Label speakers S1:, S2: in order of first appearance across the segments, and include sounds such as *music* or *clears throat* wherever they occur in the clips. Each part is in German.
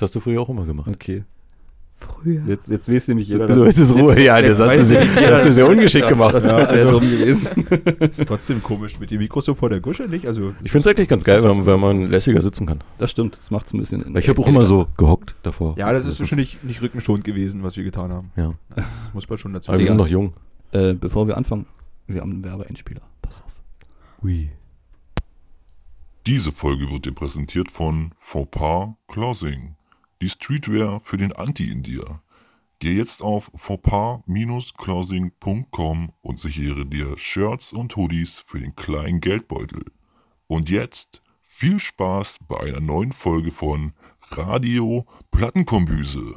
S1: Das hast du früher auch immer gemacht.
S2: Okay.
S3: Früher.
S2: Jetzt, jetzt weiß nämlich jeder,
S1: So also ist es Ruhe. Ja, das
S2: Jetzt
S1: hast du
S2: weiß
S1: sehr,
S2: ich,
S1: das hast du sehr ungeschickt gemacht.
S2: das ist sehr dumm gewesen.
S4: *laughs* Ist trotzdem komisch mit dem Mikro so vor der Gusche, nicht? Also,
S1: Ich finde es eigentlich ganz geil, wenn, man- wenn man lässiger sitzen kann.
S2: Das stimmt, das macht's ein bisschen.
S1: Weil ich habe auch immer so gehockt davor.
S4: ja, das ist schon nicht, nicht rückenschonend gewesen, was wir getan haben.
S1: Also, Ja.
S4: Das muss man schon dazu
S1: Aber wir
S4: sagen.
S1: sind noch jung.
S2: Äh, bevor wir anfangen, wir haben einen Werbeeinspieler. Pass auf.
S1: Ui.
S5: Diese Folge wird dir präsentiert von Fauxpas Clothing, die Streetwear für den Anti-Indier. Geh jetzt auf fauxpas-clothing.com und sichere dir Shirts und Hoodies für den kleinen Geldbeutel. Und jetzt viel Spaß bei einer neuen Folge von Radio Plattenkombüse.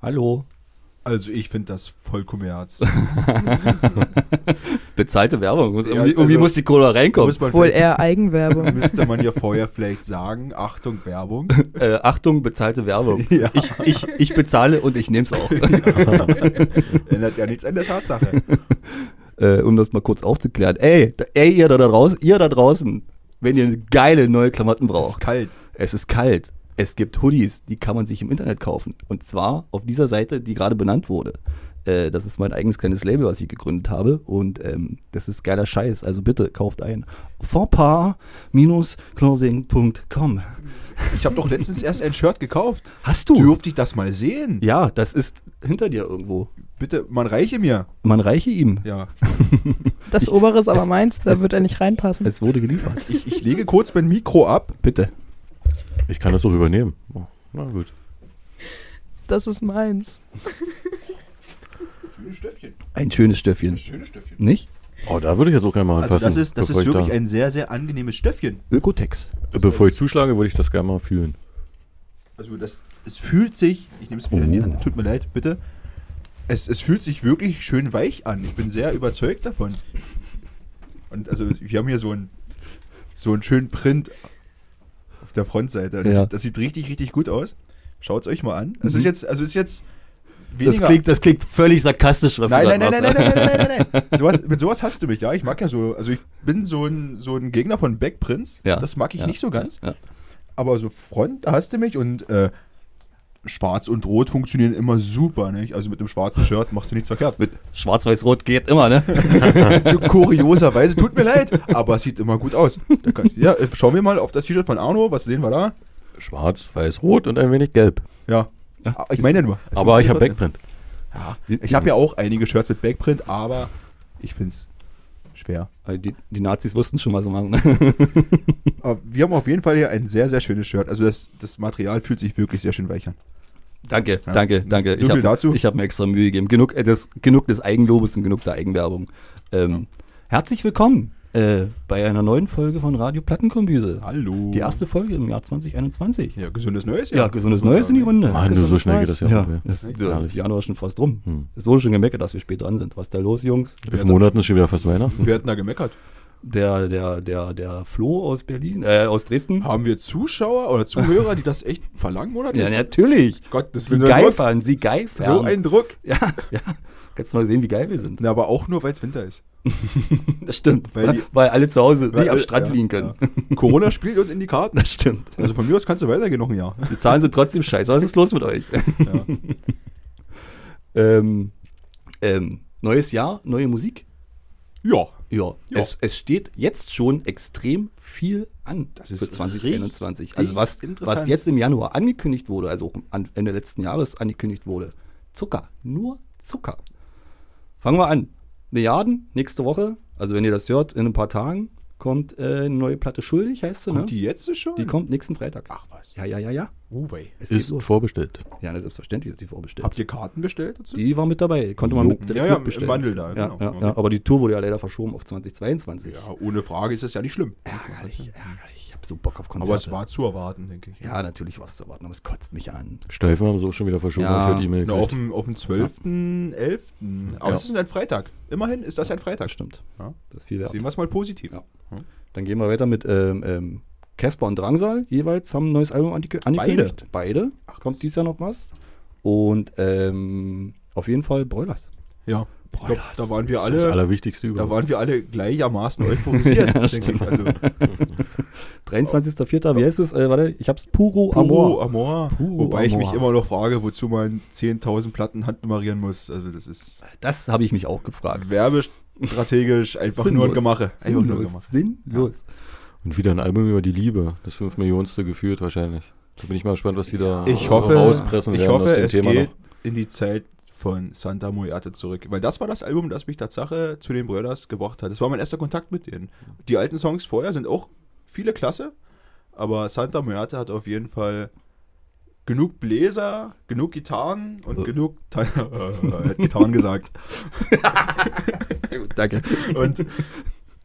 S2: Hallo.
S4: Also, ich finde das voll
S1: *laughs*
S4: Kommerz.
S2: Bezahlte Werbung. Muss,
S4: Ja,
S2: irgendwie, irgendwie
S4: also-
S2: muss die Cola reinkommen.
S4: Muss man
S3: Wohl
S4: vielleicht-
S3: eher
S4: *laughs*
S3: Eigenwerbung.
S4: Müsste man ja vorher vielleicht sagen, Achtung, Werbung.
S2: Äh, Achtung, bezahlte Werbung.
S4: Ja.
S2: Ich, ich, ich bezahle und ich nehme es auch.
S4: Ändert ja nichts an der
S1: *laughs*
S4: Tatsache.
S2: äh, um das mal kurz aufzuklären. Ey, da, ey ihr, da, da draußen, ihr da draußen, wenn ihr geile neue Klamotten
S4: Es ist
S2: braucht,
S4: kalt.
S2: es ist kalt. Es gibt Hoodies, die kann man sich im Internet kaufen. Und zwar auf dieser Seite, die gerade benannt wurde. Äh, das ist mein eigenes kleines Label, was ich gegründet habe. Und ähm, das ist geiler Scheiß. Also bitte kauft ein. Vorpaar-closing.com.
S4: Ich habe doch letztens erst ein Shirt gekauft.
S2: Hast du?
S4: Dürfte ich das mal sehen?
S2: ja, das ist hinter dir irgendwo.
S4: Bitte, man reiche mir.
S2: Man reiche ihm.
S4: Ja.
S3: Das obere ist aber
S2: es-
S3: meins, da
S2: es-
S3: wird er nicht reinpassen.
S2: Es wurde geliefert.
S4: Ich, ich lege kurz mein Mikro ab.
S2: Bitte.
S1: Ich kann das auch übernehmen. Oh, na gut.
S3: das ist meins.
S4: Schöne Stöffchen.
S2: Ein schönes Stöffchen.
S4: Schöne Stöffchen.
S2: Nicht?
S1: Oh, da würde ich jetzt auch gerne mal
S4: Also
S1: anfassen.
S4: das ist, das
S1: bevor
S4: ist
S1: ich
S4: wirklich
S1: da- äh,
S4: ein sehr, sehr angenehmes Stöffchen.
S2: Ökotex.
S1: Bevor ich zuschlage, würde ich das gerne mal fühlen.
S4: Also das, es fühlt sich, ich nehme es wieder in die
S2: Oh.
S4: Hand, tut mir leid, bitte. Es, es fühlt sich wirklich schön weich an. Ich bin sehr überzeugt davon. Und also wir haben hier so einen, so einen schönen Print auf der Frontseite. Das,
S2: Ja.
S4: sieht, das sieht richtig, richtig gut aus. Schaut es euch mal an. Es
S2: Mhm.
S4: ist jetzt, also ist jetzt
S2: Das
S4: weniger...
S2: klingt, das klingt völlig sarkastisch, was
S4: Nein,
S2: du
S4: nein,
S2: gerade
S4: nein, nein, nein,
S2: machst.
S4: nein, nein, nein, nein, nein. Sowas, mit sowas hast du mich, ja. Ich mag ja so, also ich bin so ein, so ein Gegner von Backprints.
S2: Ja.
S4: Das mag ich
S2: Ja.
S4: nicht so ganz.
S2: Ja.
S4: Aber so Front, da hast du mich und äh, Schwarz und Rot funktionieren immer super, nicht? Also mit einem schwarzen Shirt machst du
S2: *laughs*
S4: nichts verkehrt.
S2: Mit Schwarz-Weiß-Rot geht immer, ne?
S4: Kurioserweise, tut mir leid, aber es sieht immer gut aus. Da kann, ja, äh, schauen wir mal auf das T-Shirt von Arno, was sehen wir da?
S1: Schwarz, weiß, rot und ein wenig gelb.
S4: Ja. Ah, Ich meine ja nur. es
S1: Aber
S4: macht
S1: ich habe
S4: 100%.
S1: Backprint.
S4: Ich habe ja auch einige Shirts mit Backprint, aber ich finde es schwer.
S2: Die, die Nazis wussten schon mal so machen. *laughs* ne?
S4: Aber Äh, wir haben auf jeden Fall hier ein sehr, sehr schönes Shirt. Also das, das Material fühlt sich wirklich sehr schön weich an.
S2: danke,
S4: Ja.
S2: danke, danke.
S4: So
S2: ich
S4: viel
S2: hab,
S4: dazu.
S2: Ich habe mir extra Mühe gegeben. Genug, äh, des- genug des Eigenlobes und genug der Eigenwerbung. Ähm, herzlich willkommen äh, bei einer neuen Folge von Radio Plattenkombüse.
S4: Hallo.
S2: Die erste Folge im Jahr 2021.
S4: Ja, gesundes Neues.
S2: Ja, gesundes Neues in die Runde.
S1: Mann, du, so schnell geht das ja.
S2: Ja,
S1: auch, ja.
S2: das, der
S1: Herrlich.
S2: Januar ist schon fast rum.
S1: Hm.
S2: Es wurde schon gemeckert, dass wir spät dran sind. Was ist da los, Jungs?
S1: Elf Monaten ist schon wieder fast Weihnachten.
S4: Wir hatten da gemeckert.
S2: Der, der, der, der Flo aus Berlin, äh, aus Dresden.
S4: Haben wir Zuschauer oder Zuhörer, die das echt verlangen monatlich?
S2: Ja, natürlich.
S4: Gott, das
S2: Sie
S4: will so ein Druck.
S2: geifern, sie geifern.
S4: So ein Druck.
S2: *laughs* ja, ja. Kannst du mal sehen, wie geil wir sind.
S4: Na, aber auch nur, weil es Winter ist.
S2: Das stimmt.
S4: Weil die-
S2: Weil alle zu Hause
S4: Weil,
S2: nicht am
S4: äh,
S2: Strand
S4: ja,
S2: liegen können.
S4: Ja. Corona spielt uns in die
S2: *laughs*
S4: Karten.
S2: Das stimmt.
S4: Also von mir aus kannst du weitergehen noch ein Jahr.
S2: Die Zahlen sind trotzdem scheiße. Was ist los mit euch?
S4: Ja.
S2: *laughs* ähm, ähm, neues Jahr, neue Musik.
S4: ja.
S2: Ja,
S4: Ja.
S2: Es, es steht jetzt schon extrem viel an
S4: Das ist
S2: für 2021. Also
S4: richtig
S2: was, was
S4: interessant.
S2: jetzt im Januar angekündigt wurde, also auch an Ende letzten Jahres angekündigt wurde, Zucker, nur Zucker. Fangen wir an. Milliarden nächste Woche, also wenn ihr das hört, in ein paar Tagen kommt äh, eine neue Platte schuldig, heißt sie, ne?
S4: Kommt die jetzt schon?
S2: Die kommt nächsten Freitag.
S4: Ach was.
S2: Ja, ja, ja, ja.
S4: Uwei.
S2: Es
S1: Ist
S2: los.
S1: vorbestellt.
S2: Ja, na, selbstverständlich ist die vorbestellt.
S4: Habt ihr Karten bestellt dazu?
S2: Die war mit dabei, konnte man
S4: Jo.
S2: mit, direkt
S4: Ja, ja, im
S2: mitbestellen.
S4: Bundle da,
S2: Ja,
S4: genau.
S2: ja, ja, aber die Tour wurde ja leider verschoben auf 2022.
S4: Ja, ohne Frage ist das ja nicht schlimm.
S2: Ärgerlich, ärgerlich. Ich habe habe so Bock auf Konzerte.
S4: Aber es war zu erwarten, denke ich.
S2: also- ja, natürlich was zu erwarten, aber es kotzt mich an.
S1: Steifen haben sie auch schon wieder verschoben,
S2: Ja.
S1: hab ich heute E-Mail
S4: Na, auf,
S1: gekriegt.
S4: dem, auf dem 12.11. Aber
S1: Ja.
S4: es ist ein Freitag. Immerhin ist das ein Freitag.
S2: stimmt.
S4: Ja.
S2: Das ist viel wert.
S4: Sehen wir es mal positiv.
S2: Ja. Dann gehen wir weiter mit ähm, ähm, Casper und Drangsal. Jeweils haben ein neues Album ange- angekündigt. Beide. Kommt dies Jahr noch was. Und ähm, auf jeden Fall Broilers.
S4: Ja. Ich glaub,
S2: Broilers.
S4: da waren wir
S1: Das ist das
S4: alle,
S1: Allerwichtigste
S4: da
S1: überhaupt.
S4: waren wir alle gleichermaßen
S2: *laughs*
S4: euphorisiert,
S2: Ja,
S4: denke ich. Also,
S2: 23.04. Wie heißt es? Äh, warte, ich hab's Puro,
S4: Puro
S2: Amor.
S4: Amor.
S2: Puro
S4: Wobei ich mich
S2: Amor.
S4: immer noch frage, wozu man 10.000 Platten handnummerieren muss. Also das ist
S2: Das habe ich mich auch gefragt.
S4: werbestrategisch einfach nur ein
S2: Sinnlos.
S4: Gemache. Einfach nur ein
S2: Sinnlos.
S4: Gemache.
S2: Sinnlos.
S1: Und wieder ein Album über die Liebe. Das 5 Millionenste geführt wahrscheinlich. Da bin ich mal gespannt, was die da
S4: Ich hoffe,
S1: Äh, rauspressen
S4: ich
S1: werden
S4: hoffe
S1: aus dem
S4: es
S1: Thema
S4: geht *laughs*
S1: noch.
S4: in die Zeit von Santa Muerte zurück. Weil das war das Album, das mich Tatsache zu den Brothers gebracht hat. Das war mein erster Kontakt mit denen. Die alten Songs vorher sind auch viele klasse, aber Santa Muerte hat auf jeden Fall genug Bläser, genug Gitarren und
S2: Äh.
S4: genug... Ta *laughs* er hat Gitarren gesagt.
S2: Sehr gut, danke.
S4: und,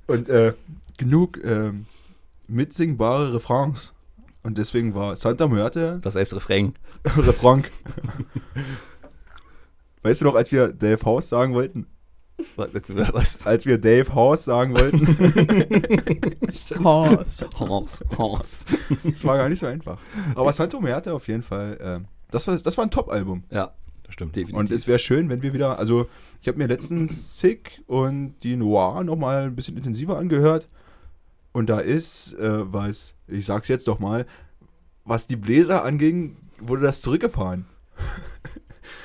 S4: und äh, genug ähm, mitsingbare Refrains. Und deswegen war Santa Muerte
S2: Das heißt Refrain.
S4: Refrain. Weißt du noch, als wir Dave House sagen wollten?
S2: Was? was?
S4: Als wir Dave House sagen wollten,
S2: *laughs*
S3: *laughs* Horst.
S2: Horns, Horns.
S4: das war gar nicht so einfach. Aber Santo Merte auf jeden Fall, ähm, das, war, das war ein Top-Album.
S2: Ja,
S1: Das stimmt.
S2: definitiv.
S4: Und es wäre schön, wenn wir wieder, also ich habe mir letztens Sick und die Noir nochmal ein bisschen intensiver angehört. Und da ist, äh, was, ich sag's jetzt doch mal, was die Bläser anging, wurde das zurückgefahren.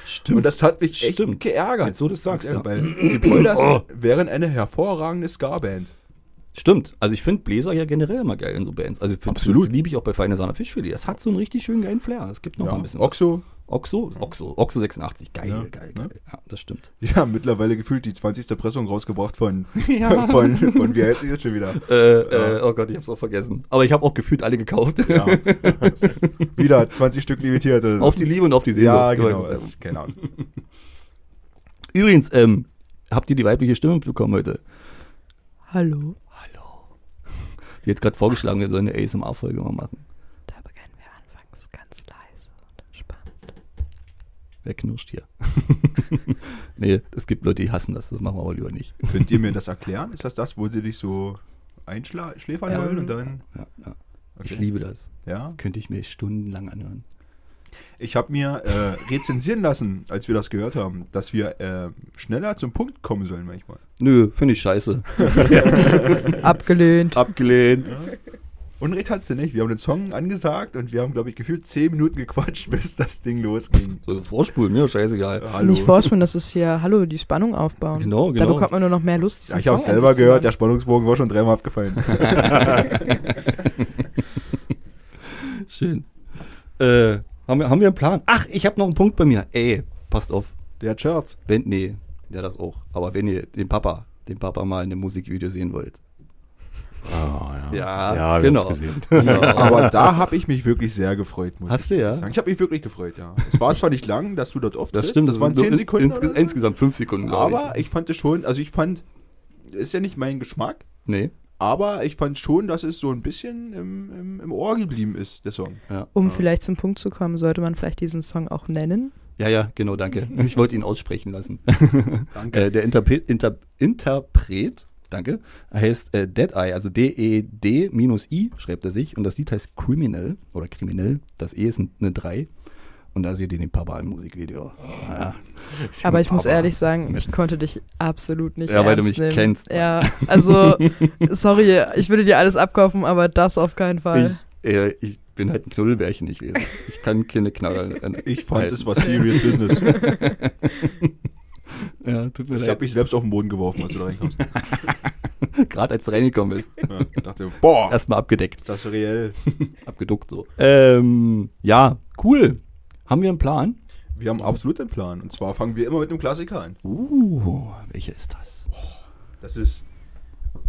S2: stimmt.
S4: Und das hat mich echt
S2: Stimmt.
S4: geärgert.
S2: Jetzt, wo du's sagst, ja.
S4: Weil die Broilers
S2: *clears throat*
S4: wären eine hervorragende Ska-Band.
S2: Stimmt. Also ich finde Bläser ja generell immer geil in so Bands. Also ich find,
S4: Absolut.
S2: Das liebe ich auch bei Feine Sahne Fischfilet. Das hat so einen richtig schönen geilen Flair. Es gibt noch mal ein bisschen. was.
S4: Oxo,
S2: Oxo? Oxo. Oxo 86. Geil,
S4: Ja,
S2: geil,
S4: ne?
S2: geil. Ja, das stimmt.
S4: ja, mittlerweile gefühlt die 20. Pressung rausgebracht
S2: *laughs*
S4: von, von, von wie heißt die jetzt schon wieder?
S2: Äh, äh, oh Gott, ich hab's auch vergessen. Aber ich habe auch gefühlt alle gekauft.
S4: Ja, das ist wieder 20 Stück limitierte.
S2: *laughs* auf die Liebe und auf die Seele.
S4: Ja, genau. Also, keine Ahnung.
S2: Übrigens, ähm, habt ihr die weibliche Stimme bekommen heute?
S3: Hallo.
S2: *laughs* Die hat gerade vorgeschlagen, wir sollen eine ASMR-Folge mal machen.
S3: Da beginnen wir anfangs ganz leise und entspannt.
S2: Wer knirscht hier? *laughs* nee, es gibt Leute, die hassen das. Das machen wir aber lieber nicht.
S4: Könnt ihr mir das erklären? Ist das das, wo die dich so einschläfern
S3: Ähm,
S4: wollen und dann.
S2: Ja, ja. Ich
S4: Okay. Ah.
S2: liebe das.
S4: Ja.
S2: Das könnte ich mir stundenlang anhören.
S4: Ich habe mir äh, rezensieren lassen, als wir das gehört haben, dass wir äh, schneller zum Punkt kommen sollen manchmal.
S2: Nö, finde ich scheiße.
S3: *laughs*
S2: Ah,
S3: Abgelehnt.
S2: Abgelehnt.
S4: Unrecht hat sie nicht. Wir haben den Song angesagt und wir haben, glaube ich, gefühlt 10 Minuten gequatscht, *laughs* bis das Ding losging. Äh,
S2: So, so vorspulen, mir scheißegal.
S4: Hallo.
S3: Nicht vorschwimmen, das ist hier, hallo, die Spannung aufbauen.
S2: Genau,
S3: Da
S2: genau.
S3: bekommt man nur noch mehr Lust.
S4: ja,
S3: diesen
S4: ich habe
S3: Song
S4: selber
S3: endlich zu
S4: gehört, der
S3: hören.
S4: Spannungsbogen war schon
S2: *laughs*
S4: dreimal abgefallen.
S2: Schön. Äh, haben, wir, haben wir einen Plan? Ach, ich habe noch einen Punkt bei mir. Ey, passt auf.
S4: der Scherz.
S2: Wenn, nee, ja, das auch. Aber wenn ihr den Papa, den Papa mal in einem Musikvideo sehen wollt.
S1: Ah,
S2: Ja,
S1: ja wir
S2: genau.
S1: haben's
S4: *laughs*
S1: gesehen.
S2: *laughs*
S4: Aber da habe ich mich wirklich sehr gefreut, muss
S2: Hast du, ja?
S4: ich sagen. Ich habe mich wirklich gefreut, ja. Es war zwar nicht lang, dass du dort oft
S2: Das
S4: trittst,
S2: stimmt,
S4: das waren 10
S2: in-
S4: Sekunden.
S2: insge-
S4: oder so.
S2: insgesamt 5 Sekunden, glaube
S4: aber ich fand es schon, also ich fand, ist ja nicht mein Geschmack,
S2: ich. Nee,
S4: aber ich fand schon, dass es so ein bisschen im, im, im Ohr geblieben ist, der Song.
S2: ja.
S3: Um vielleicht zum Punkt zu kommen, sollte man vielleicht diesen Song auch nennen.
S2: Ja, ja, genau,
S4: *laughs*
S2: danke. Ich wollte ihn aussprechen lassen.
S4: Danke.
S2: äh, der Interpret, Inter, Interpret, danke, heißt äh, Dead Eye, also D-E-D-I schreibt er sich. Und das Lied heißt Criminal oder Kriminell. Das E ist ein- eine 3. Und da seht ihr den Papa im Musikvideo. Ja.
S3: Aber ich muss
S2: Papa.
S3: ehrlich sagen, ich konnte dich absolut nicht
S2: Ja, weil du
S3: ernst
S2: mich
S3: nehmen.
S2: kennst.
S3: Ja, also, sorry, ich würde dir alles abkaufen, aber das auf keinen Fall.
S2: Ich, äh, ich bin halt ein Knuddelbärchen nicht gewesen. Ich kann keine Knarre.
S4: *laughs*
S2: äh, an-
S4: Ich fand,
S2: halten.
S4: es war serious business.
S2: *laughs* Ja, tut mir
S4: Ich
S2: leid.
S4: habe mich selbst auf den Boden geworfen, als du da
S2: *laughs*
S4: reinkommst.
S2: Gerade als du reingekommen bist,
S4: Ja, ich dachte, boah, das,
S2: erstmal abgedeckt,
S4: das ist reell.
S2: abgeduckt so. Ähm, ja, cool. Haben wir einen Plan?
S4: Wir haben absolut einen Plan. Und zwar fangen wir immer mit einem Klassiker an.
S2: Uh, welcher ist das?
S4: Das ist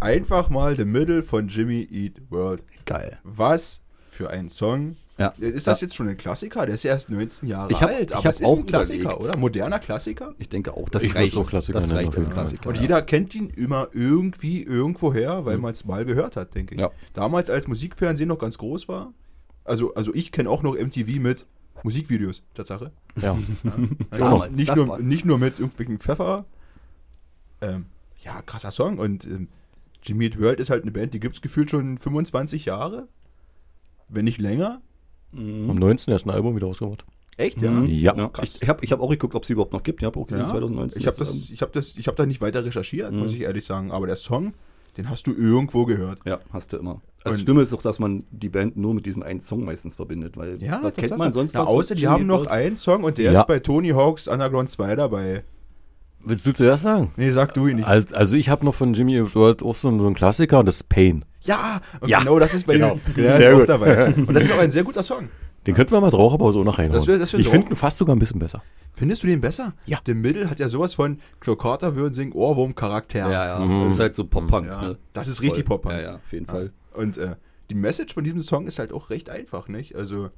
S4: einfach mal The Middle von Jimmy Eat World.
S2: Geil.
S4: Was für ein Song.
S2: Ja.
S4: Äh, Ist das jetzt schon ein Klassiker? Der ist ja erst 19 Jahre
S2: Ich hab-
S4: alt,
S2: ich
S4: aber
S2: hab
S4: es ist
S2: auch
S4: ein Klassiker,
S2: überlegt.
S4: oder? Moderner Klassiker?
S2: Ich denke auch, das
S1: Ich würd's
S2: reicht.
S1: auch Klassiker
S2: das
S1: nennen,
S2: reicht
S1: auf
S2: als
S1: jeden Fall.
S2: Klassiker.
S4: Und
S2: ja.
S4: jeder kennt ihn immer irgendwie irgendwoher, weil man es mal gehört hat, denke ich.
S2: Ja.
S4: Damals, als Musikfernsehen noch ganz groß war, also, also ich kenne auch noch MTV mit Musikvideos, Tatsache.
S1: Ja.
S4: Mhm.
S2: Damals,
S4: nicht,
S2: das war-
S4: nur, nicht nur mit irgendwelchen Pfeffer. Ähm, ja, krasser Song. Und ähm, Jimmy Eat World ist halt eine Band, die gibt es gefühlt schon 25 Jahre, wenn nicht länger.
S1: Am 19. erst ein Album wieder rausgemacht.
S4: Echt,
S2: Mhm.
S1: Ja.
S2: Ja,
S4: krass.
S2: ich ich habe ich hab auch geguckt, ob es überhaupt noch gibt. Ich habe auch gesehen,
S4: Ja.
S2: 2019.
S4: Ich habe
S2: dass,
S4: das,
S2: ähm,
S4: ich habe das, ich habe da nicht weiter recherchiert,
S2: Mhm.
S4: muss ich ehrlich sagen. Aber der Song, den hast du irgendwo gehört.
S2: Ja, ähm, hast du immer. Das
S4: Und-
S2: Schlimme Also ist auch, dass man die Band nur mit diesem einen Song meistens verbindet, weil was kennt
S4: Tatsache.
S2: man sonst
S4: Na,
S2: noch?
S4: außer die haben noch einen Song und der
S1: Ja.
S4: ist bei Tony Hawks Underground 2 dabei.
S1: Willst du zuerst sagen?
S4: Nee, sag du ihn nicht.
S1: Also, also ich habe noch von Jimmy Eat World auch so, einen- so einen Klassiker, das ist Pain.
S4: Ja, und
S1: Ja.
S4: genau, das ist bei
S1: Genau.
S4: dem. Der ist
S1: Sehr
S4: auch
S1: gut.
S4: dabei. Und das ist auch ein sehr guter Song.
S1: Den könnten wir mal als Raucherpause auch noch reinhauen.
S4: Das wär- das wär
S1: ich
S4: so.
S1: finde ihn fast sogar ein bisschen besser.
S4: Findest du den besser?
S1: Ja.
S4: Der Middle hat ja sowas von Klokorta würden singen Ohrwurm-Charakter.
S2: Ja, ja.
S1: Mhm.
S2: Das ist halt so Pop-Punk.
S4: Ja.
S2: Ne?
S4: Das ist richtig
S2: Voll.
S4: Pop-Punk.
S2: Ja, ja, auf jeden Fall.
S4: Und äh, die Message von diesem Song ist halt auch recht einfach, nicht? Also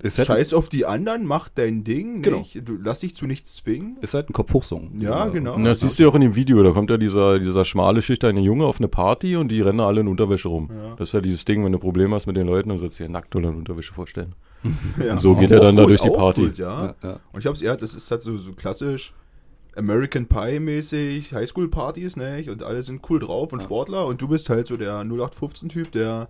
S2: Ist halt, ein,
S4: scheiß auf die anderen, mach dein Ding,
S2: Genau.
S4: nicht? Du lass dich zu
S2: *laughs*
S4: nichts zwingen.
S2: ist halt ein Kopfhochsong.
S4: Ja, genau.
S1: Und das siehst du ja auch in dem Video, da kommt ja dieser, dieser schmale Schicht, ein Junge auf eine Party und die rennen alle in Unterwäsche rum. Das ist ja dieses Ding, wenn du Probleme hast mit den Leuten, dann sollst du dir nackt oder in Unterwäsche vorstellen.
S4: Ja.
S1: Und so geht er
S4: Auch
S1: dann da
S4: gut,
S1: durch die
S4: auch
S1: Party.
S4: Gut, ja.
S2: Ja, ja.
S4: Und ich hab's ja, das ist halt so, so klassisch American Pie-mäßig, Highschool-Partys, nicht? Und alle sind cool drauf und Sportler und du bist halt so der 0815-Typ, der,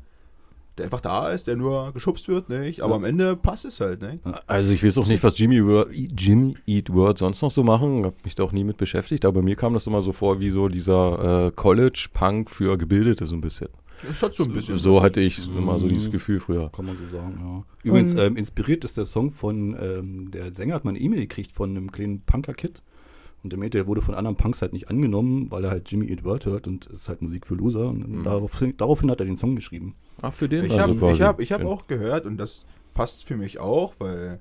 S4: der einfach da ist, der nur geschubst wird, nicht? Aber
S2: Ja.
S4: am Ende passt es halt, nicht?
S1: Also ich weiß auch nicht, was Jimmy, Wor- Jimmy Eat World sonst noch so machen. Hab mich da auch nie mit beschäftigt, aber mir kam das immer so vor wie so dieser äh, College-Punk für Gebildete so ein bisschen.
S4: Das hat so ein bisschen.
S1: So halt hatte ich immer so dieses Gefühl früher.
S2: Kann man so sagen, ja. Übrigens,
S3: Und-
S2: ähm, inspiriert ist der Song von, ähm, der Sänger hat mal eine E-Mail gekriegt von einem kleinen Punker-Kid. Und der meinte, er wurde von anderen Punks halt nicht angenommen, weil er halt Jimmy Eat World hört und es ist halt Musik für Loser. Und
S1: Mhm.
S2: daraufhin, daraufhin hat er den Song geschrieben.
S1: Ach, für den?
S4: Ich
S1: also
S4: habe ich
S1: quasi.
S4: hab, ich hab
S1: Den-
S4: auch gehört und das passt für mich auch, weil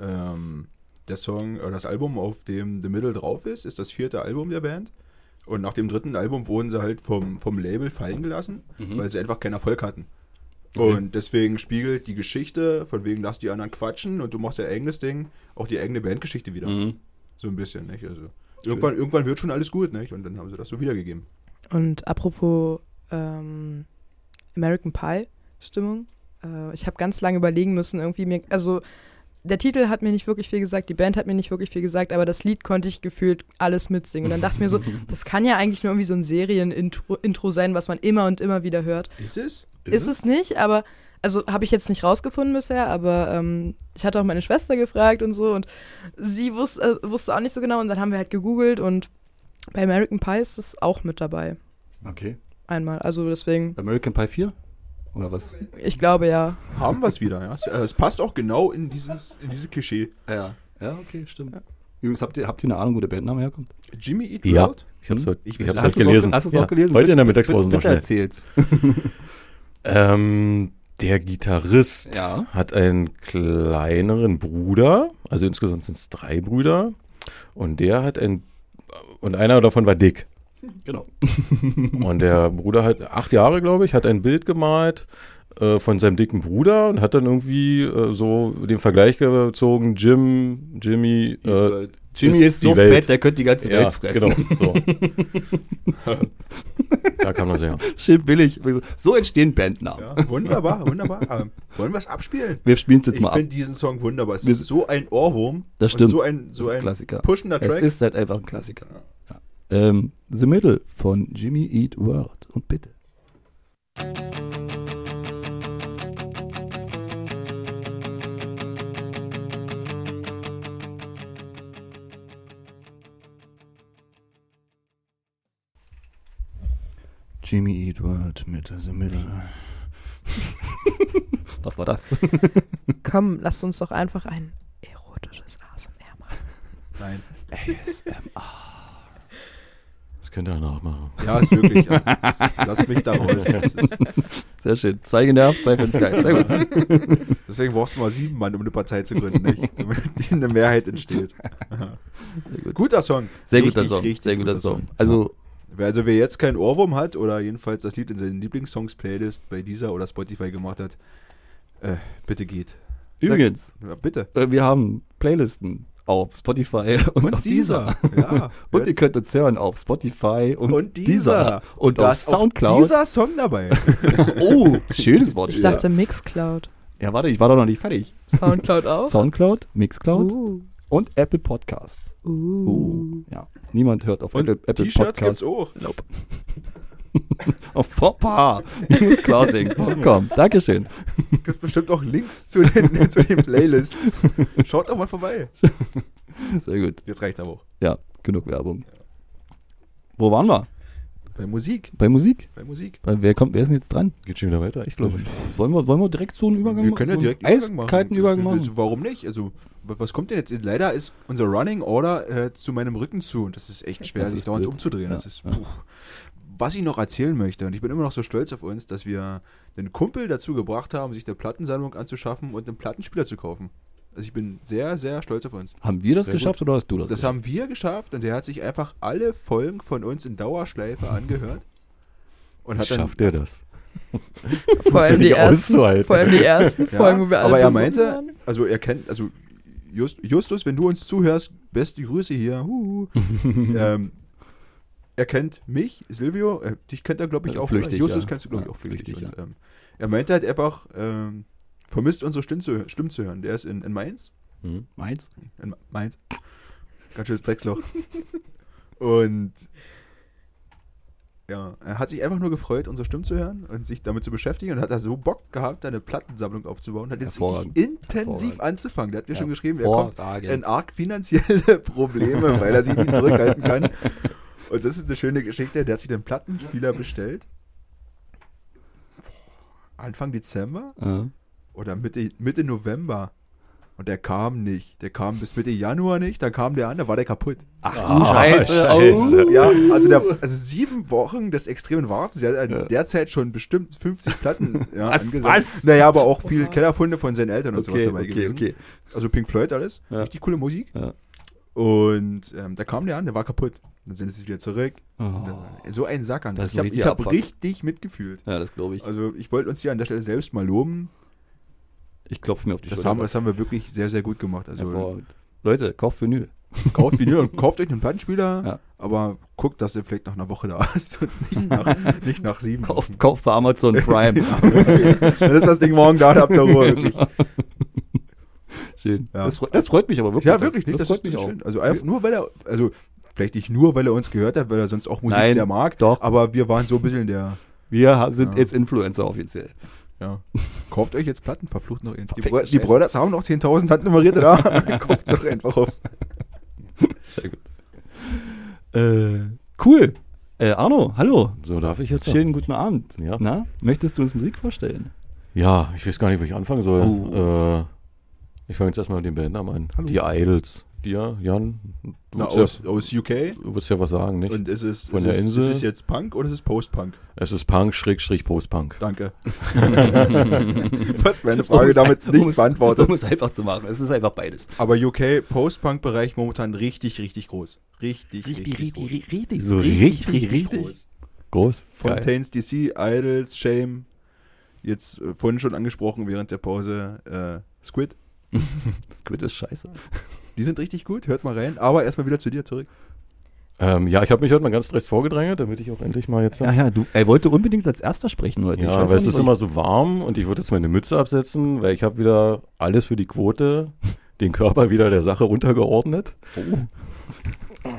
S4: ähm, der Song oder das Album, auf dem The Middle drauf ist, ist das vierte Album der Band. Und nach dem dritten Album wurden sie halt vom, vom Label fallen gelassen,
S1: Hm. Mhm.
S4: weil sie einfach keinen Erfolg hatten. Und deswegen spiegelt die Geschichte, von wegen lass die anderen quatschen und du machst dein eigenes Ding, auch die eigene Bandgeschichte
S1: Hm.
S4: wieder.
S1: Mhm.
S4: So ein bisschen, nicht? Also irgendwann, irgendwann wird schon alles gut, nicht? Und dann haben sie das so wiedergegeben.
S3: Und apropos ähm, American Pie Stimmung, äh, ich habe ganz lange überlegen müssen, irgendwie mir, also der Titel hat mir nicht wirklich viel gesagt, die Band hat mir nicht wirklich viel gesagt, aber das Lied konnte ich gefühlt alles mitsingen. Und dann dachte ich mir *laughs* so, das kann ja eigentlich nur irgendwie so ein Serien-Intro Intro sein, was man immer und immer wieder hört.
S4: Ist es?
S3: Ist, es nicht, aber also habe ich jetzt nicht rausgefunden bisher, aber ähm, ich hatte auch meine Schwester gefragt und so und sie wus äh, wusste auch nicht so genau und dann haben wir halt gegoogelt und bei American Pie ist es auch mit dabei.
S2: Okay.
S3: Einmal, also deswegen,
S2: American Pie 4? Oder was?
S3: ich glaube ja.
S4: Haben wir es wieder, ja? Es- äh, Es passt auch genau in dieses, in dieses Klischee.
S2: Ja. Ja, okay, stimmt. Übrigens, habt ihr, habt ihr eine Ahnung, wo der Bandname herkommt?
S4: Jimmy Eat
S1: Ja.
S4: World?
S1: Ich hab's heute, ich
S4: weiß
S1: hab's
S4: nicht.
S1: heute
S2: du's
S1: gelesen.
S2: Auch, hast du es
S1: Ja.
S2: auch gelesen?
S1: Heute in der
S2: Bitte-
S1: Mittagspause noch
S2: bitte
S1: schnell.
S2: erzähl's.
S1: Ähm, der Gitarrist
S2: Ja.
S1: hat einen kleineren Bruder, also insgesamt sind es drei Brüder, und der hat ein und einer davon war dick.
S2: Genau.
S1: Und der Bruder hat acht Jahre, glaube ich, hat ein Bild gemalt äh, von seinem dicken Bruder und hat dann irgendwie äh, so den Vergleich gezogen, Jim, Jimmy, äh,
S2: Jimmy
S1: ist
S2: ist,
S1: die
S2: so
S1: Welt.
S2: fett, der könnte die ganze
S1: ja,
S2: Welt fressen. *laughs*
S1: genau, so. da kam das her.
S2: Schön billig. So entstehen Bandnamen.
S4: Ja, wunderbar, wunderbar. Ähm, wollen wir es abspielen?
S2: Wir spielen es jetzt
S4: Ich
S2: mal ab.
S4: finde diesen Song wunderbar. Es
S2: Wir-
S4: ist so ein Ohrwurm.
S2: Das
S4: und
S2: stimmt.
S4: So ein, so
S2: Das ist
S4: ein
S2: Klassiker.
S4: pushender Track.
S2: Es ist halt einfach ein Klassiker. Ja. Ähm, The Middle von Jimmy Eat World. Und bitte. Jimmy Eat World mit The Middle.
S4: *laughs*
S2: Was war das?
S3: Komm, lasst uns doch einfach ein erotisches ASMR machen.
S4: Nein.
S1: Das könnt ihr nachmachen.
S4: Ja, ist wirklich. *laughs* Also,
S2: *laughs*
S4: lass mich da raus. Das ist-
S2: Sehr schön. Zwei genervt, zwei finden geil. Sehr gut.
S4: Deswegen brauchst du mal sieben Mann, um eine Partei zu
S2: *laughs*
S4: gründen, nicht? damit eine Mehrheit entsteht. Guter Song.
S2: Sehr
S4: Richtig,
S2: guter Song.
S4: richtig
S2: Sehr guter Song. Also,
S4: Wer also wer jetzt keinen Ohrwurm hat oder jedenfalls das Lied in seinen Lieblingssongs-Playlist bei dieser oder Spotify gemacht hat, Äh, bitte geht.
S2: Übrigens,
S4: Ja, bitte.
S2: äh, wir haben Playlisten auf Spotify *laughs* und, auf dieser. *laughs*
S4: Ja,
S2: Und ihr
S4: hört's.
S2: könnt uns hören auf Spotify und,
S4: Und
S2: dieser.
S4: dieser.
S2: Und
S4: Da
S2: auf
S4: ist auch
S2: Soundcloud.
S4: Dieser Song dabei.
S2: *laughs* Oh, schönes Wort.
S3: Ich dachte Mixcloud.
S2: Ja, warte, ich war doch noch nicht fertig.
S3: Soundcloud
S4: Oh.
S3: auch?
S2: Soundcloud, Mixcloud
S3: Uh,
S2: und Apple Podcast.
S3: uh.
S2: Uh, ja. Niemand hört auf
S4: Und
S2: Apple, Apple Oh,
S4: T-Shirts gibt's
S2: Podcast.
S4: auch. *laughs*
S2: Auf *laughs* foppa-clausing.com. Dankeschön.
S4: Gibt bestimmt auch Links zu den, *laughs* zu den Playlists. Schaut doch mal vorbei.
S2: Sehr gut.
S4: Jetzt reicht's aber auch.
S2: Ja, genug Werbung. Wo waren wir?
S4: Bei Musik.
S2: Bei Musik?
S4: Bei Musik.
S2: Bei, wer kommt, wer ist denn jetzt dran?
S1: Geht schon wieder weiter? Ich glaube nicht.
S2: Sollen wir, sollen wir direkt so einen Übergang
S4: Wir können ja
S2: so
S4: direkt
S2: einen
S4: Übergang
S2: eiskalten Übergang machen.
S4: Also, Warum nicht? Also, wa- was kommt denn jetzt? Leider ist unser Running Order äh, zu meinem Rücken zu und das ist echt schwer,
S2: Das
S4: sich
S2: ist
S4: dauernd
S2: blöd.
S4: umzudrehen.
S2: Ja,
S4: Das ist,
S2: ja.
S4: puh. Was ich noch erzählen möchte, und ich bin immer noch so stolz auf uns, dass wir einen Kumpel dazu gebracht haben, sich eine Plattensammlung anzuschaffen und einen Plattenspieler zu kaufen. Also ich bin sehr, sehr stolz auf uns.
S2: Haben wir das
S1: Sehr
S2: geschafft oder hast du das?
S4: Das haben wir geschafft und der hat sich einfach alle Folgen von uns in Dauerschleife angehört. Und hat dann,
S1: Schafft er das?
S3: Vor
S1: Musst du
S3: allem, die
S1: nicht
S3: ersten,
S1: auszuhalten.
S3: vor allem die ersten Folgen, wo wir alle
S4: aber er
S3: besoffen
S4: meinte,
S3: waren.
S4: also er kennt, also Just, Justus, wenn du uns zuhörst, beste Grüße hier.
S2: *laughs*
S4: Huhu. ähm, er kennt mich, Silvio, äh, dich kennt er, glaube ich,
S2: Äh,
S4: auch.
S2: flüchtig,
S4: oder? Justus
S2: ja.
S4: kennst du, glaube ich,
S2: Ja,
S4: auch flüchtig.
S2: flüchtig,
S4: und, ähm, er meinte halt einfach, ähm, vermisst unsere Stimmen zu, Stimmen zu hören. Der ist in, in Mainz.
S1: Hm.
S2: Meins?
S4: In Ma- Mainz. Ganz schönes Drecksloch. und ja, er hat sich einfach nur gefreut, unsere Stimmen zu hören und sich damit zu beschäftigen und hat da so Bock gehabt, da eine Plattensammlung aufzubauen und hat jetzt
S2: Hervorragend.
S4: richtig intensiv
S2: Hervorragend.
S4: anzufangen. Der hat mir schon geschrieben, er kommt in
S2: Hervorragend.
S4: arg finanzielle *laughs* Probleme, weil er sich nicht zurückhalten kann. Und das ist eine schöne Geschichte. Der hat sich den Plattenspieler bestellt. Anfang Dezember
S2: Ja.
S4: oder Mitte, Mitte November. Und der kam nicht. Der kam bis Mitte Januar nicht, dann kam der an, da war der kaputt.
S2: Ach, du Ah, Scheiße.
S1: Scheiße.
S2: Oh.
S4: Ja, also, der, also sieben Wochen des extremen Wartens. Der hat an derzeit schon bestimmt 50
S2: *laughs*
S4: Platten ja,
S2: Was,
S4: angesagt.
S2: was?
S4: Naja, aber auch viel Kellerfunde von seinen Eltern und sowas
S2: Okay,
S4: dabei
S2: okay,
S4: gewesen.
S2: okay.
S4: Also Pink Floyd alles,
S2: Ja.
S4: richtig coole Musik.
S2: Ja.
S4: Und ähm, da kam der an, der war kaputt. Dann sind sie wieder zurück.
S2: Oh.
S4: Das- So ein Sack an.
S2: Das ist
S4: ich habe
S2: ein
S4: ich hab
S2: richtiger Abfuck.
S4: richtig mitgefühlt.
S2: Ja, das glaube ich.
S4: Also ich wollte uns hier an der Stelle selbst mal loben.
S2: Ich klopfe mir auf die
S4: Das
S2: Schulter.
S4: haben, das haben wir wirklich sehr, sehr gut gemacht. Also
S2: Hervorragend. Leute, kauft Vinyl.
S4: kauft
S2: *laughs*
S4: Vinyl und kauft euch einen Plattenspieler,
S2: Ja.
S4: aber guckt, dass ihr vielleicht nach einer Woche da *laughs* ist und
S2: *laughs*
S4: nicht nach, nicht nach sieben. *laughs*
S2: Kauft, kauft bei Amazon Prime.
S4: Dann ist das Ding morgen da, da habt ihr
S2: *laughs*
S4: Ruhe. Wirklich.
S2: Schön.
S4: Ja.
S2: Das, freut, das freut mich aber wirklich.
S4: Ja, wirklich nicht.
S2: Das,
S4: Das,
S2: freut
S4: ist
S2: mich auch.
S4: schön. Also einfach nur, weil er, also vielleicht nicht nur, weil er uns gehört hat, weil er sonst auch Musik
S2: Nein,
S4: sehr mag,
S2: doch.
S4: aber wir waren so ein bisschen der,
S2: Wir ha- sind
S4: Ja.
S2: jetzt Influencer offiziell.
S4: ja. Kauft euch jetzt Platten, verflucht noch irgendwie. Die,
S2: Verfickte
S4: Bro- die
S2: Scheiße.
S4: Brothers haben noch 10.000
S2: *laughs*
S4: Handnummerierte da. *laughs* Kauft doch einfach auf.
S2: Sehr gut. Äh, cool. Äh, Arno, hallo.
S1: So, darf ich jetzt?
S2: Schönen guten Abend.
S1: Ja.
S2: Na, möchtest du uns Musik vorstellen?
S1: Ja, ich weiß gar nicht, wo ich anfangen soll.
S2: Oh.
S1: Äh, ich fange jetzt erstmal mit den Bandnamen an. Die Idols. Dir, Jan, du
S4: Na,
S1: willst ja-
S4: aus, aus UK.
S1: du willst ja was sagen, nicht?
S4: Und ist es,
S1: Von
S4: ist,
S1: der
S4: es,
S1: Insel?
S4: ist es jetzt Punk oder ist es Post-Punk?
S1: Es ist Punk, Schrägstrich, Post-Punk.
S2: *laughs*
S4: Danke. Was meine Frage damit nicht beantwortet.
S2: Um es einfach zu machen. Es ist einfach beides.
S4: Aber UK Post-Punk-Bereich momentan richtig, richtig groß. Richtig, richtig, richtig, groß.
S2: richtig.
S1: So richtig, richtig,
S4: groß.
S1: Groß. Geil.
S4: Fontaines DC, Idols, Shame. Jetzt äh, vorhin schon angesprochen während der Pause äh, Squid.
S2: Squid ist scheiße.
S4: Die sind richtig gut, hört mal rein. Aber erstmal wieder zu dir zurück.
S1: Ähm, ja, ich habe mich heute mal ganz dreist vorgedrängelt, damit ich auch endlich mal jetzt.
S2: Ja, ja, du, er wollte unbedingt als erster sprechen heute. Ich weiß
S1: Ja,
S2: auch
S1: weil es
S2: nicht,
S1: ist
S2: wo
S1: immer so warm und ich würde jetzt meine Mütze absetzen, weil ich habe wieder alles für die
S2: *laughs*
S1: Quote, den Körper wieder der Sache untergeordnet.
S2: Oh.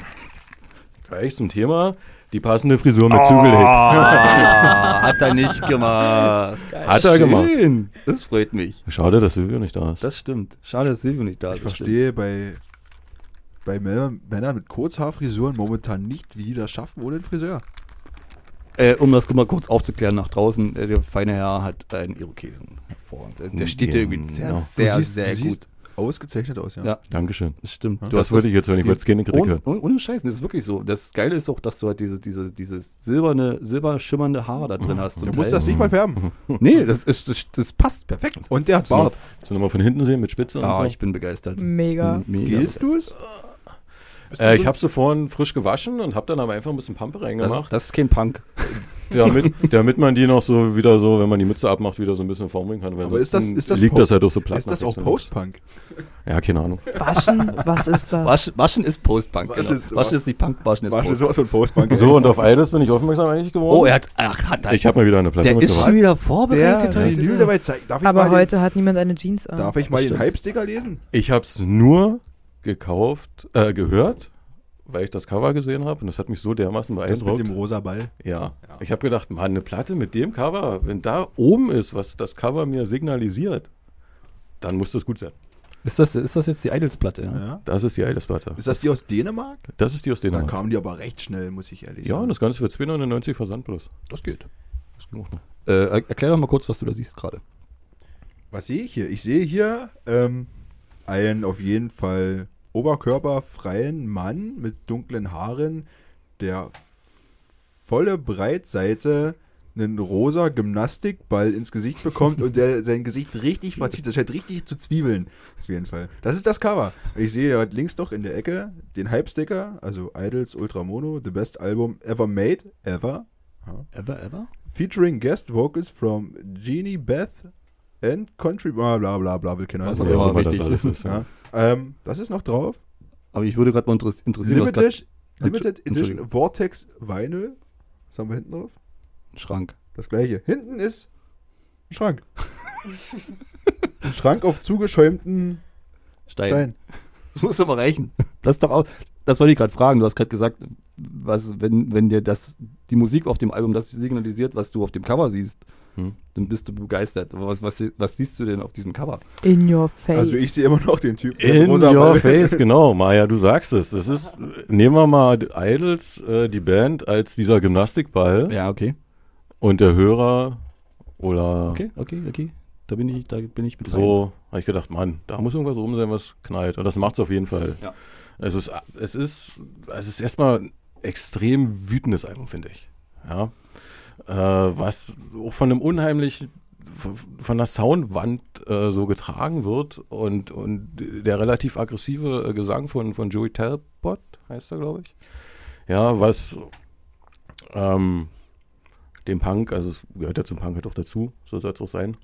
S1: Gleich zum Thema, die passende Frisur mit zugelegt.
S2: Ah, *laughs* hat er nicht gemacht.
S1: Hat er gemacht.
S2: Schön. Das freut mich.
S1: Schade, dass Silvio nicht da ist.
S2: Das stimmt. Schade, dass Silvio nicht da ist.
S4: Ich verstehe bei, bei Männer- Männern mit Kurzhaarfrisuren momentan nicht, wie die das schaffen ohne einen Friseur.
S2: Äh, um das mal kurz aufzuklären, nach draußen, äh, der feine Herr hat einen Irokesen hervorragend. Äh, Der steht dir irgendwie sehr,
S1: Genau.
S2: sehr,
S4: du siehst,
S2: sehr
S4: du
S2: gut.
S4: siehst ausgezeichnet aus, ja.
S2: Ja.
S1: Dankeschön.
S2: das stimmt. Du
S1: Das
S2: hast
S1: wollte ich jetzt hören, ich wollte jetzt keine Kritik
S2: ohne,
S1: hören.
S2: ohne, ohne Scheiß, das ist wirklich so. Das Geile ist auch, dass du halt diese, diese, dieses silberne, silberschimmernde Haar da drin hast.
S4: Mhm. Du
S2: Zum
S4: musst
S2: Teil.
S4: das nicht mal färben.
S2: Nee, das, ist, das, das passt perfekt.
S4: Und der hat
S1: Bart.
S4: Bart.
S1: Sollen wir mal von hinten sehen mit Spitze
S2: Ah,
S1: und
S2: ich bin begeistert.
S3: Mega.
S2: Bin mega
S4: Gilst du es?
S1: so? Äh, ich habe sie vorhin frisch gewaschen und habe dann aber einfach ein bisschen Pampe
S2: begeistert. Das,
S1: reingemacht.
S2: das ist kein Punk.
S1: damit, damit man die noch so wieder so, wenn man die Mütze abmacht, wieder so ein bisschen formeln kann. weil
S4: Aber ist das-
S1: ansonsten
S4: ist das
S1: liegt
S4: Post-
S1: das halt doch so platt.
S4: Ist
S1: nach
S4: das auch
S1: rechts und
S4: Post-Punk?
S1: links. Ja, keine Ahnung.
S3: Waschen? Was ist das?
S2: Waschen, waschen ist Post-Punk.
S4: Waschen
S2: Genau.
S4: ist-
S2: Waschen ist nicht Punk, waschen ist
S4: War
S2: Post.
S4: sowas von Post-Punk.
S1: So, und auf Idols bin ich aufmerksam eigentlich geworden.
S2: Oh, er hat, ach, hat er,
S1: ich habe mal wieder eine Platte
S2: der ist schon wieder vorbereitet
S4: der
S2: heute.
S4: Lüge dabei zeigt. Darf ich
S3: Aber
S4: mal
S3: heute hat niemand eine Jeans an.
S4: den, darf ich mal den
S2: Stimmt.
S4: Hype-Sticker lesen?
S1: Ich habe es nur gekauft, äh, gehört, weil ich das Cover gesehen habe und das hat mich so dermaßen
S4: Das mit
S1: beeindruckt.
S4: dem rosa Ball.
S1: Ja. Ich habe gedacht, Mann, eine Platte mit dem Cover, wenn da oben ist, was das Cover mir signalisiert, dann muss das gut sein.
S2: Ist das, ist das jetzt die Idols-Platte? Ja?
S4: Ja.
S1: Das ist die Idols-Platte.
S4: Ist das die aus Dänemark?
S1: Das ist die aus
S4: Da
S1: Dänemark.
S4: kamen die aber recht schnell, muss ich ehrlich
S1: Ja, und
S4: sagen.
S1: das Ganze für 299 Versand plus. ne?
S2: Das geht.
S1: Das ging auch noch.
S2: Äh, er- erklär doch mal kurz, was du da siehst gerade.
S4: Was sehe ich hier? Ich sehe hier ähm, einen auf jeden Fall oberkörperfreien Mann mit dunklen Haaren, der volle Breitseite einen rosa Gymnastikball ins Gesicht bekommt und der sein Gesicht richtig verzieht. Das scheint richtig zu zwiebeln. Auf jeden Fall. Das ist das Cover. Ich sehe dort links noch in der Ecke den Hype-Sticker, also Idols Ultra Mono, The Best Album Ever Made, Ever.
S2: Ever, ever?
S4: featuring guest vocals from Jeannie Beth and Country bla bla bla bla will keiner
S2: Was
S4: wissen.
S2: auch immer
S1: immer das
S2: wichtig
S1: alles ist,
S4: ja. ähm, das ist noch drauf.
S2: Aber ich würde gerade mal interess- interessieren, was gerade
S4: Limited, Limited Edition
S2: Entschuldigung.
S4: Vortex Vinyl. Was haben wir hinten drauf?
S2: Schrank.
S4: Das gleiche. Hinten ist ein Schrank. ein Schrank auf zugeschäumten
S2: Stein.
S4: Stein.
S2: Das muss aber reichen. Das ist doch auch, das wollte ich gerade fragen. Du hast gerade gesagt, was, wenn, wenn dir das, die Musik auf dem Album das signalisiert, was du auf dem Cover siehst,
S1: Hm.
S2: dann bist du begeistert. Aber was, was, was siehst du denn auf diesem Cover?
S3: In your face.
S4: Also ich sehe immer noch den Typen. mit
S1: In
S4: rosa
S1: your
S4: Brille.
S1: face, genau, Maja, du sagst es. Das ist, nehmen wir mal Idols, äh, die Band, als dieser Gymnastikball
S2: Ja, okay.
S1: und der Hörer oder
S2: Okay, okay, okay. Da bin ich, da bin ich mit rein.
S1: so, habe ich gedacht, Mann, da muss irgendwas rum sein, was knallt. Und das macht es auf jeden Fall.
S2: Ja.
S1: Es ist, es ist, es ist erstmal ein extrem wütendes Album, finde ich. Ja. Äh, was auch von einem unheimlich von, von einer Soundwand äh, so getragen wird und, und der relativ aggressive äh, Gesang von, von Joey Talbot heißt er, glaube ich. Ja, was ähm, dem Punk, also es gehört ja zum Punk halt auch dazu, so soll es auch sein.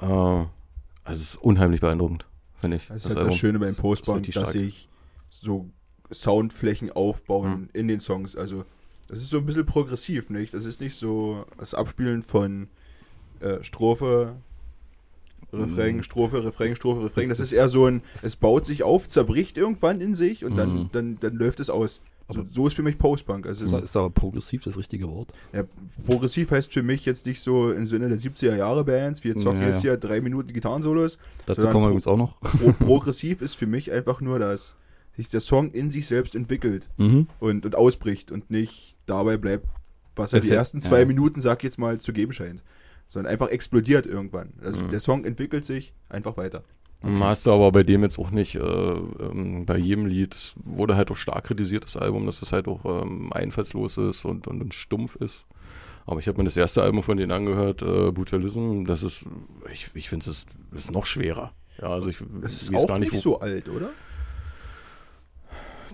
S1: Äh, also es ist unheimlich beeindruckend, finde ich.
S4: Das ist halt das
S1: Album.
S4: Schöne beim Postbank,
S1: richtig
S4: dass
S1: stark.
S4: sich so Soundflächen aufbauen
S1: Hm.
S4: in den Songs. Also, das ist so ein bisschen progressiv, nicht? Das ist nicht so das Abspielen von äh, Strophe, Refrain, Strophe, Refrain,
S2: Das-
S4: Strophe, Refrain.
S2: das
S4: Das
S2: ist-
S4: ist eher so ein, es baut sich auf, zerbricht irgendwann in sich und dann,
S1: Mhm.
S4: dann, dann läuft es aus. So,
S2: Aber-
S4: so ist für mich Postbank. Also, es
S2: Ist,
S4: ist,
S2: ist aber progressiv das richtige Wort.
S4: ja, progressiv heißt für mich jetzt nicht so im Sinne der 70er-Jahre-Bands, wir zocken
S2: Ja,
S4: jetzt
S2: ja.
S4: hier drei Minuten Gitarrensolos,
S2: Dazu
S4: Sondern
S2: kommen wir
S4: pro-
S2: übrigens auch noch.
S4: Pro progressiv ist für mich einfach nur, dass sich der Song in sich selbst entwickelt
S2: Mhm.
S4: und, und ausbricht und nicht dabei bleibt, was er
S2: Es
S4: die
S2: ist-
S4: ersten zwei
S2: ja.
S4: Minuten, sag ich jetzt mal, zu geben scheint. Sondern einfach explodiert irgendwann. Also der Song entwickelt sich einfach weiter.
S1: Hast du aber bei dem jetzt auch nicht, äh, ähm, bei jedem Lied, es wurde halt auch stark kritisiert, das Album, dass es halt auch ähm, einfallslos ist und, und, und stumpf ist. Aber ich habe mir das erste Album von denen angehört, äh, Brutalism, das ist, ich, ich finde es ist, ist noch schwerer. Ja, also ich
S4: Das ist
S1: weiß
S4: auch nicht,
S1: wo-
S4: so alt, oder?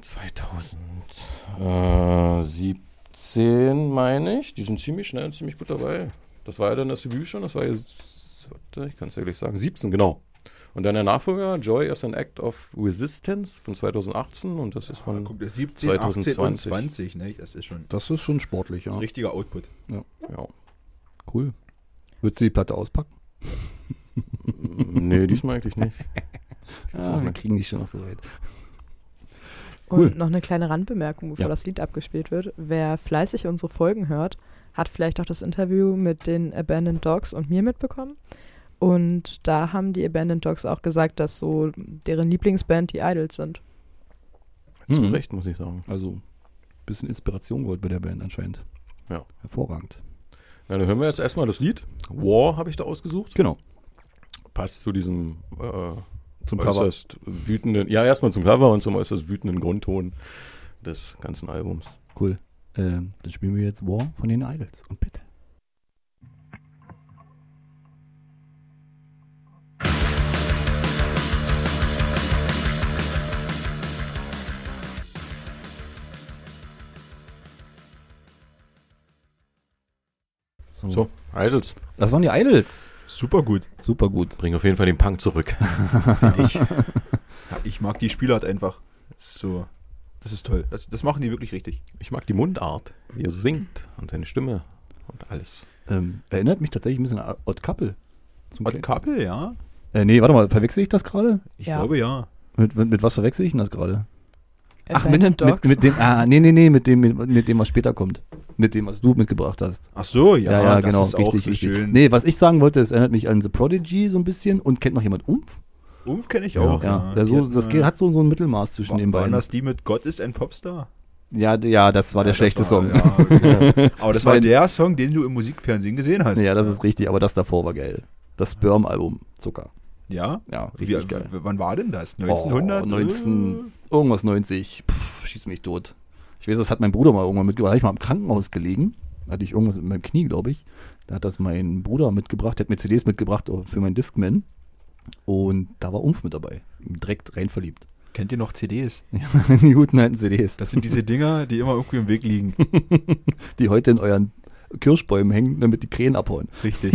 S1: 2017, äh, meine ich. Die sind ziemlich schnell und ziemlich gut dabei. Das war ja dann das Debüt schon, das war ja, s- warte, ich kann es ehrlich sagen, 17, genau. Und dann der Nachfolger, Joy is an Act of Resistance von 2018 und das ist von,
S4: Ah, Guck, der 17,
S1: 2020.
S4: 18 und 20, ne? Das ist schon
S2: Das ist schon sportlich, ja.
S4: ein richtiger Output.
S1: ja.
S2: Cool. Würdest du die Platte auspacken?
S1: Hm, nee, diesmal eigentlich
S2: *laughs*
S1: nicht.
S2: Ja, wir kriegen die schon noch so weit. cool.
S3: Und noch eine kleine Randbemerkung, bevor
S2: Ja.
S3: das Lied abgespielt wird. Wer fleißig unsere Folgen hört, hat vielleicht auch das Interview mit den Abandoned Dogs und mir mitbekommen. Und da haben die Abandoned Dogs auch gesagt, dass so deren Lieblingsband die Idols sind.
S1: Zu
S2: Mhm.
S1: Recht, muss ich sagen.
S2: Also, ein bisschen Inspiration geholt bei der Band anscheinend.
S1: Ja.
S2: Hervorragend.
S1: Na, dann hören wir jetzt erstmal das Lied. War habe ich da ausgesucht.
S2: Genau.
S1: Passt zu diesem äh,
S2: Zum Cover.
S1: äußerst wütenden, ja, erstmal zum Cover und zum äußerst wütenden Grundton des ganzen Albums.
S2: Cool. Ähm, dann spielen wir jetzt War von den Idols. Und bitte.
S1: So, Idols.
S2: Das waren die Idols.
S4: Super gut.
S2: Super gut.
S1: Bring auf jeden Fall den Punk zurück. *laughs*
S4: Ich mag die Spielart einfach. So. Das ist toll. Das, das machen die wirklich richtig.
S1: Ich mag die Mundart, wie er singt und seine Stimme und alles.
S2: Ähm, erinnert mich tatsächlich ein bisschen an Odd Couple. Zum
S4: Odd Couple, ja.
S2: Äh, nee, warte mal, verwechsel ich das gerade?
S4: Ich
S3: Ja.
S4: glaube ja.
S2: Mit, mit, mit was verwechsel ich denn das gerade? mit,
S3: Äh, Abandoned
S2: mit,
S3: Dogs.
S2: mit dem, ah, nee, nee, nee, mit dem, mit, mit dem, was später kommt. Mit dem, was du mitgebracht hast.
S4: Ach so, ja.
S2: Ja, ja,
S4: das
S2: genau,
S4: ist auch
S2: richtig,
S4: so
S2: richtig.
S4: schön.
S2: Nee, was ich sagen wollte, es erinnert mich an The Prodigy so ein bisschen und kennt noch jemand Umf?
S4: Umf kenne ich auch.
S2: Ja, der so, das geht, hat so, so ein Mittelmaß zwischen den beiden.
S4: Waren das die mit Gott ist ein Popstar?
S2: ja, d- ja, das war der
S4: Ja, das
S2: schlechte
S4: war-
S2: Song.
S4: ja, okay. Aber das
S2: Ich
S4: war
S2: mein-
S4: der Song, den du im Musikfernsehen gesehen hast.
S2: *laughs* Ja, das ist richtig, aber das davor war geil. Das Sperm-Album, Zucker.
S4: Ja?
S2: Ja,
S4: Wie,
S2: richtig geil.
S4: w- wann war denn das?
S2: Oh,
S4: 1900?
S2: 19
S4: Äh.
S2: irgendwas 90. Pff, schieß mich tot. Ich weiß, das hat mein Bruder mal irgendwann mitgebracht. Da hab ich mal im Krankenhaus gelegen. Da hatte ich irgendwas mit meinem Knie, glaube ich. Da hat das mein Bruder mitgebracht. Der hat mir CDs mitgebracht auch für meinen Discman. Und da war Umf mit dabei. Direkt rein verliebt. *laughs*
S4: Äh, Kennt ihr noch CDs?
S2: Ja, die guten alten CDs,
S4: Das sind diese Dinger, die immer irgendwie im
S2: *laughs*
S4: Weg liegen.
S2: die heute in euren Kirschbäumen hängen, damit die Krähen abhauen.
S4: Richtig.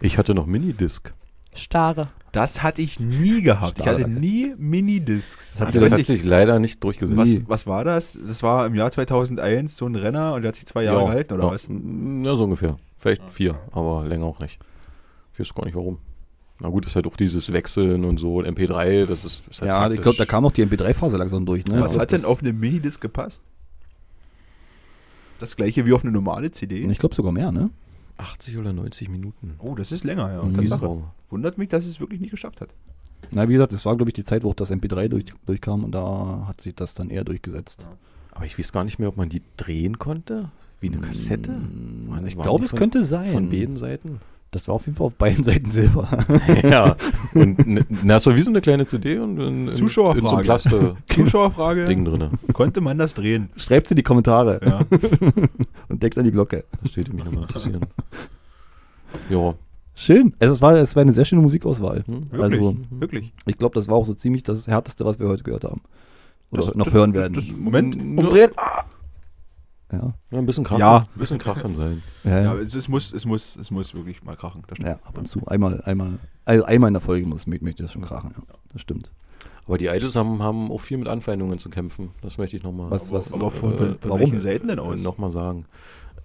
S1: Ich hatte noch Minidisc.
S3: Starre.
S4: Das hatte ich nie gehabt. Ich hatte
S2: Stark.
S4: nie Minidiscs.
S2: Das hat
S4: Ich
S2: sich-
S4: weiß
S1: Das hat
S4: nicht,
S1: sich leider nicht durchgesetzt.
S4: was, was war das? Das war im Jahr 2001 so ein Renner und der hat sich zwei Jahre gehalten, oder
S1: ja.
S4: was?
S1: Ja, so ungefähr. Vielleicht vier, aber länger auch nicht. Ich weiß gar nicht warum. Na gut, ist halt auch dieses Wechseln und so, und MP3, das ist, ist halt
S2: Ja, ich glaube, da kam auch die MP3-Phase langsam durch. Ne?
S4: Was
S2: Also
S4: hat denn
S2: das-
S4: auf eine Minidisc gepasst? Das gleiche wie auf eine normale CD?
S2: Ich glaube sogar mehr, ne?
S1: 80 oder 90 Minuten.
S4: Oh, das ist länger, ja.
S2: Mhm.
S4: Tatsache. Wundert mich, dass es wirklich nicht geschafft hat.
S2: Na, wie gesagt, es war, glaube ich, die Zeit, wo auch das MP3 durch, durchkam und da hat sich das dann eher durchgesetzt.
S1: Aber ich weiß gar nicht mehr, ob man die drehen konnte. Wie eine Kassette?
S2: Hm,
S1: Mann,
S2: ich
S1: waren
S2: glaube,
S1: die
S2: es
S1: von-
S2: könnte sein.
S1: Von beiden Seiten.
S2: Das war auf jeden Fall auf beiden *laughs* Seiten Silber.
S1: ja. Und ne- na, so wie so eine kleine CD und in, in, in so
S4: Zuschauerfrage.
S1: einem Plaste-Ding
S4: Zuschauerfrage,
S1: drin.
S4: konnte man das drehen?
S2: Schreibt sie die Kommentare
S1: *laughs*
S4: *laughs* Ja.
S2: und deckt an die Glocke.
S1: Das steht mich nochmal interessieren. Ja.
S2: Schön. Also es, war, es war eine sehr schöne Musikauswahl.
S1: Hm?
S4: Wirklich,
S2: Also-
S4: wirklich.
S2: Ich glaube, das war auch so ziemlich das Härteste, was wir heute gehört haben. Oder
S4: Das-
S2: noch
S4: das-
S2: hören
S4: das-
S2: werden.
S4: Das, Moment, um
S1: N-
S4: umdrehen.
S2: ja.
S1: Ja, ein bisschen Krach.
S4: Ja.
S1: Ein bisschen Krach kann sein.
S2: Ja,
S4: Ja,
S2: ja.
S4: es, es, muss, es, muss, es muss wirklich mal krachen. Das stimmt.
S2: ja, ab und zu. Einmal, einmal, also einmal in der Folge muss möchte ich das schon krachen. Ja, das stimmt.
S1: Aber die Idols haben, haben auch viel mit Anfeindungen zu kämpfen. Das möchte ich nochmal
S2: Was- was-
S4: Aber von,
S1: äh,
S4: von, von
S2: warum?
S4: welchen Seiten denn aus?
S1: nochmal sagen.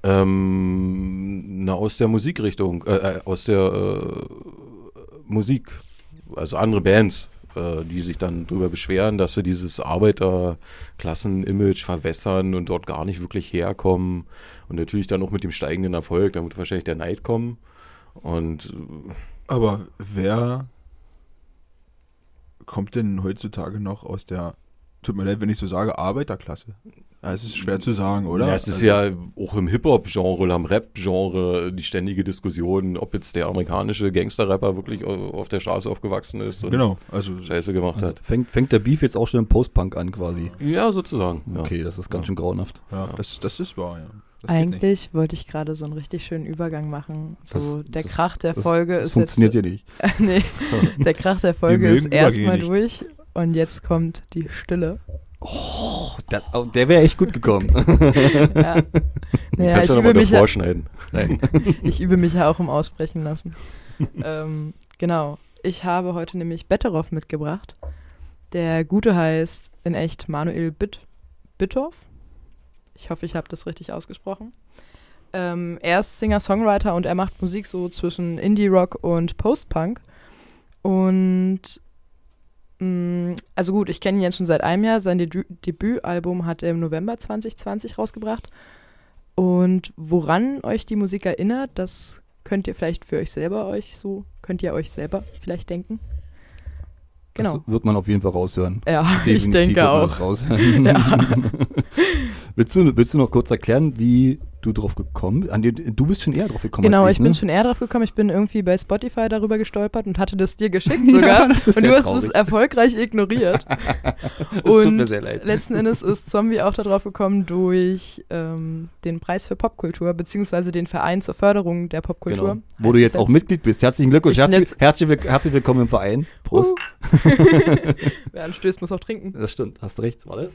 S1: Ähm, na, aus der Musikrichtung, äh, äh, aus der äh, Musik, also andere Bands, äh, die sich dann darüber beschweren, dass sie dieses Arbeiterklassen-Image verwässern und dort gar nicht wirklich herkommen. Und natürlich dann auch mit dem steigenden Erfolg, da wird wahrscheinlich der Neid kommen. Und
S4: Aber wer kommt denn heutzutage noch aus der, tut mir leid, wenn ich so sage, Arbeiterklasse? Ja, es ist schwer zu sagen, oder?
S1: Ja, es ist
S4: Also,
S1: ja auch im Hip-Hop-Genre oder im Rap-Genre die ständige Diskussion, ob jetzt der amerikanische Gangster-Rapper wirklich au- auf der Straße aufgewachsen ist und
S4: Genau, also
S1: Scheiße gemacht
S2: Also
S1: hat.
S2: fängt, fängt der Beef jetzt auch schon im Postpunk an quasi.
S1: Ja, sozusagen. Ja.
S2: Okay, das ist ganz schön grauenhaft.
S4: ja, das, das ist wahr, ja. Das geht nicht.
S3: Eigentlich wollte ich gerade so einen richtig schönen Übergang machen. So
S2: Das-
S3: der
S2: das-
S3: Krach der
S2: das-
S3: Folge
S2: das
S3: ist
S2: funktioniert hier nicht.
S3: jetzt, *laughs* nee, der Krach der Folge
S4: mögen
S3: ist erstmal
S4: Übergehen
S3: durch und jetzt kommt
S2: *laughs*
S3: die Stille.
S2: Der, oh, der wäre echt gut gekommen.
S3: Ja.
S1: Du
S3: Naja,
S1: kannst
S3: ich,
S1: ja
S3: übe
S1: nochmal
S3: mich ja,
S1: davor schneiden.
S3: ich übe mich ja auch im Aussprechen lassen. ähm, genau. Ich habe heute nämlich Betteroff mitgebracht. Der Gute heißt in echt Manuel Bitt Bitthoff. Ich hoffe, ich habe das richtig ausgesprochen. Ähm, er ist Singer-Songwriter und er macht Musik so zwischen Indie-Rock und Post-Punk. Und mh, also gut, ich kenne ihn jetzt schon seit einem Jahr. Sein Debü Debütalbum hat er im November 2020 rausgebracht. Und woran euch die Musik erinnert, das könnt ihr vielleicht für euch selber euch so, könnt ihr euch selber vielleicht denken. Genau.
S2: Das wird man auf jeden Fall raushören.
S3: ja, *laughs*
S2: Definitiv
S3: ich
S2: wird
S3: denke
S2: man
S3: auch.
S2: das raushören. *laughs* willst, du, willst du noch kurz erklären, wie du drauf gekommen an den, Du bist schon eher drauf gekommen.
S3: Genau,
S2: als
S3: ich bin
S2: ne?
S3: schon eher drauf gekommen. Ich bin irgendwie bei Spotify darüber gestolpert und hatte das dir geschickt
S2: *laughs* Ja,
S3: sogar.
S2: das ist
S3: und
S2: sehr
S3: du hast
S2: traurig.
S3: es erfolgreich ignoriert.
S2: *laughs* Es tut
S3: und
S2: mir sehr leid.
S3: Letzten Endes ist Zombie auch darauf gekommen durch ähm, den Preis für Popkultur, beziehungsweise den Verein zur Förderung der Popkultur.
S1: Genau.
S3: Heißt
S2: Wo du
S3: es
S2: jetzt auch Mitglied bist. Herzlichen Glückwunsch.
S3: Ich bin
S2: Herzlich, herzlich, will- herzlich willkommen im Verein.
S3: *laughs*
S2: Prost.
S3: Wer anstößt, muss auch trinken.
S2: Das stimmt, hast recht. Warte.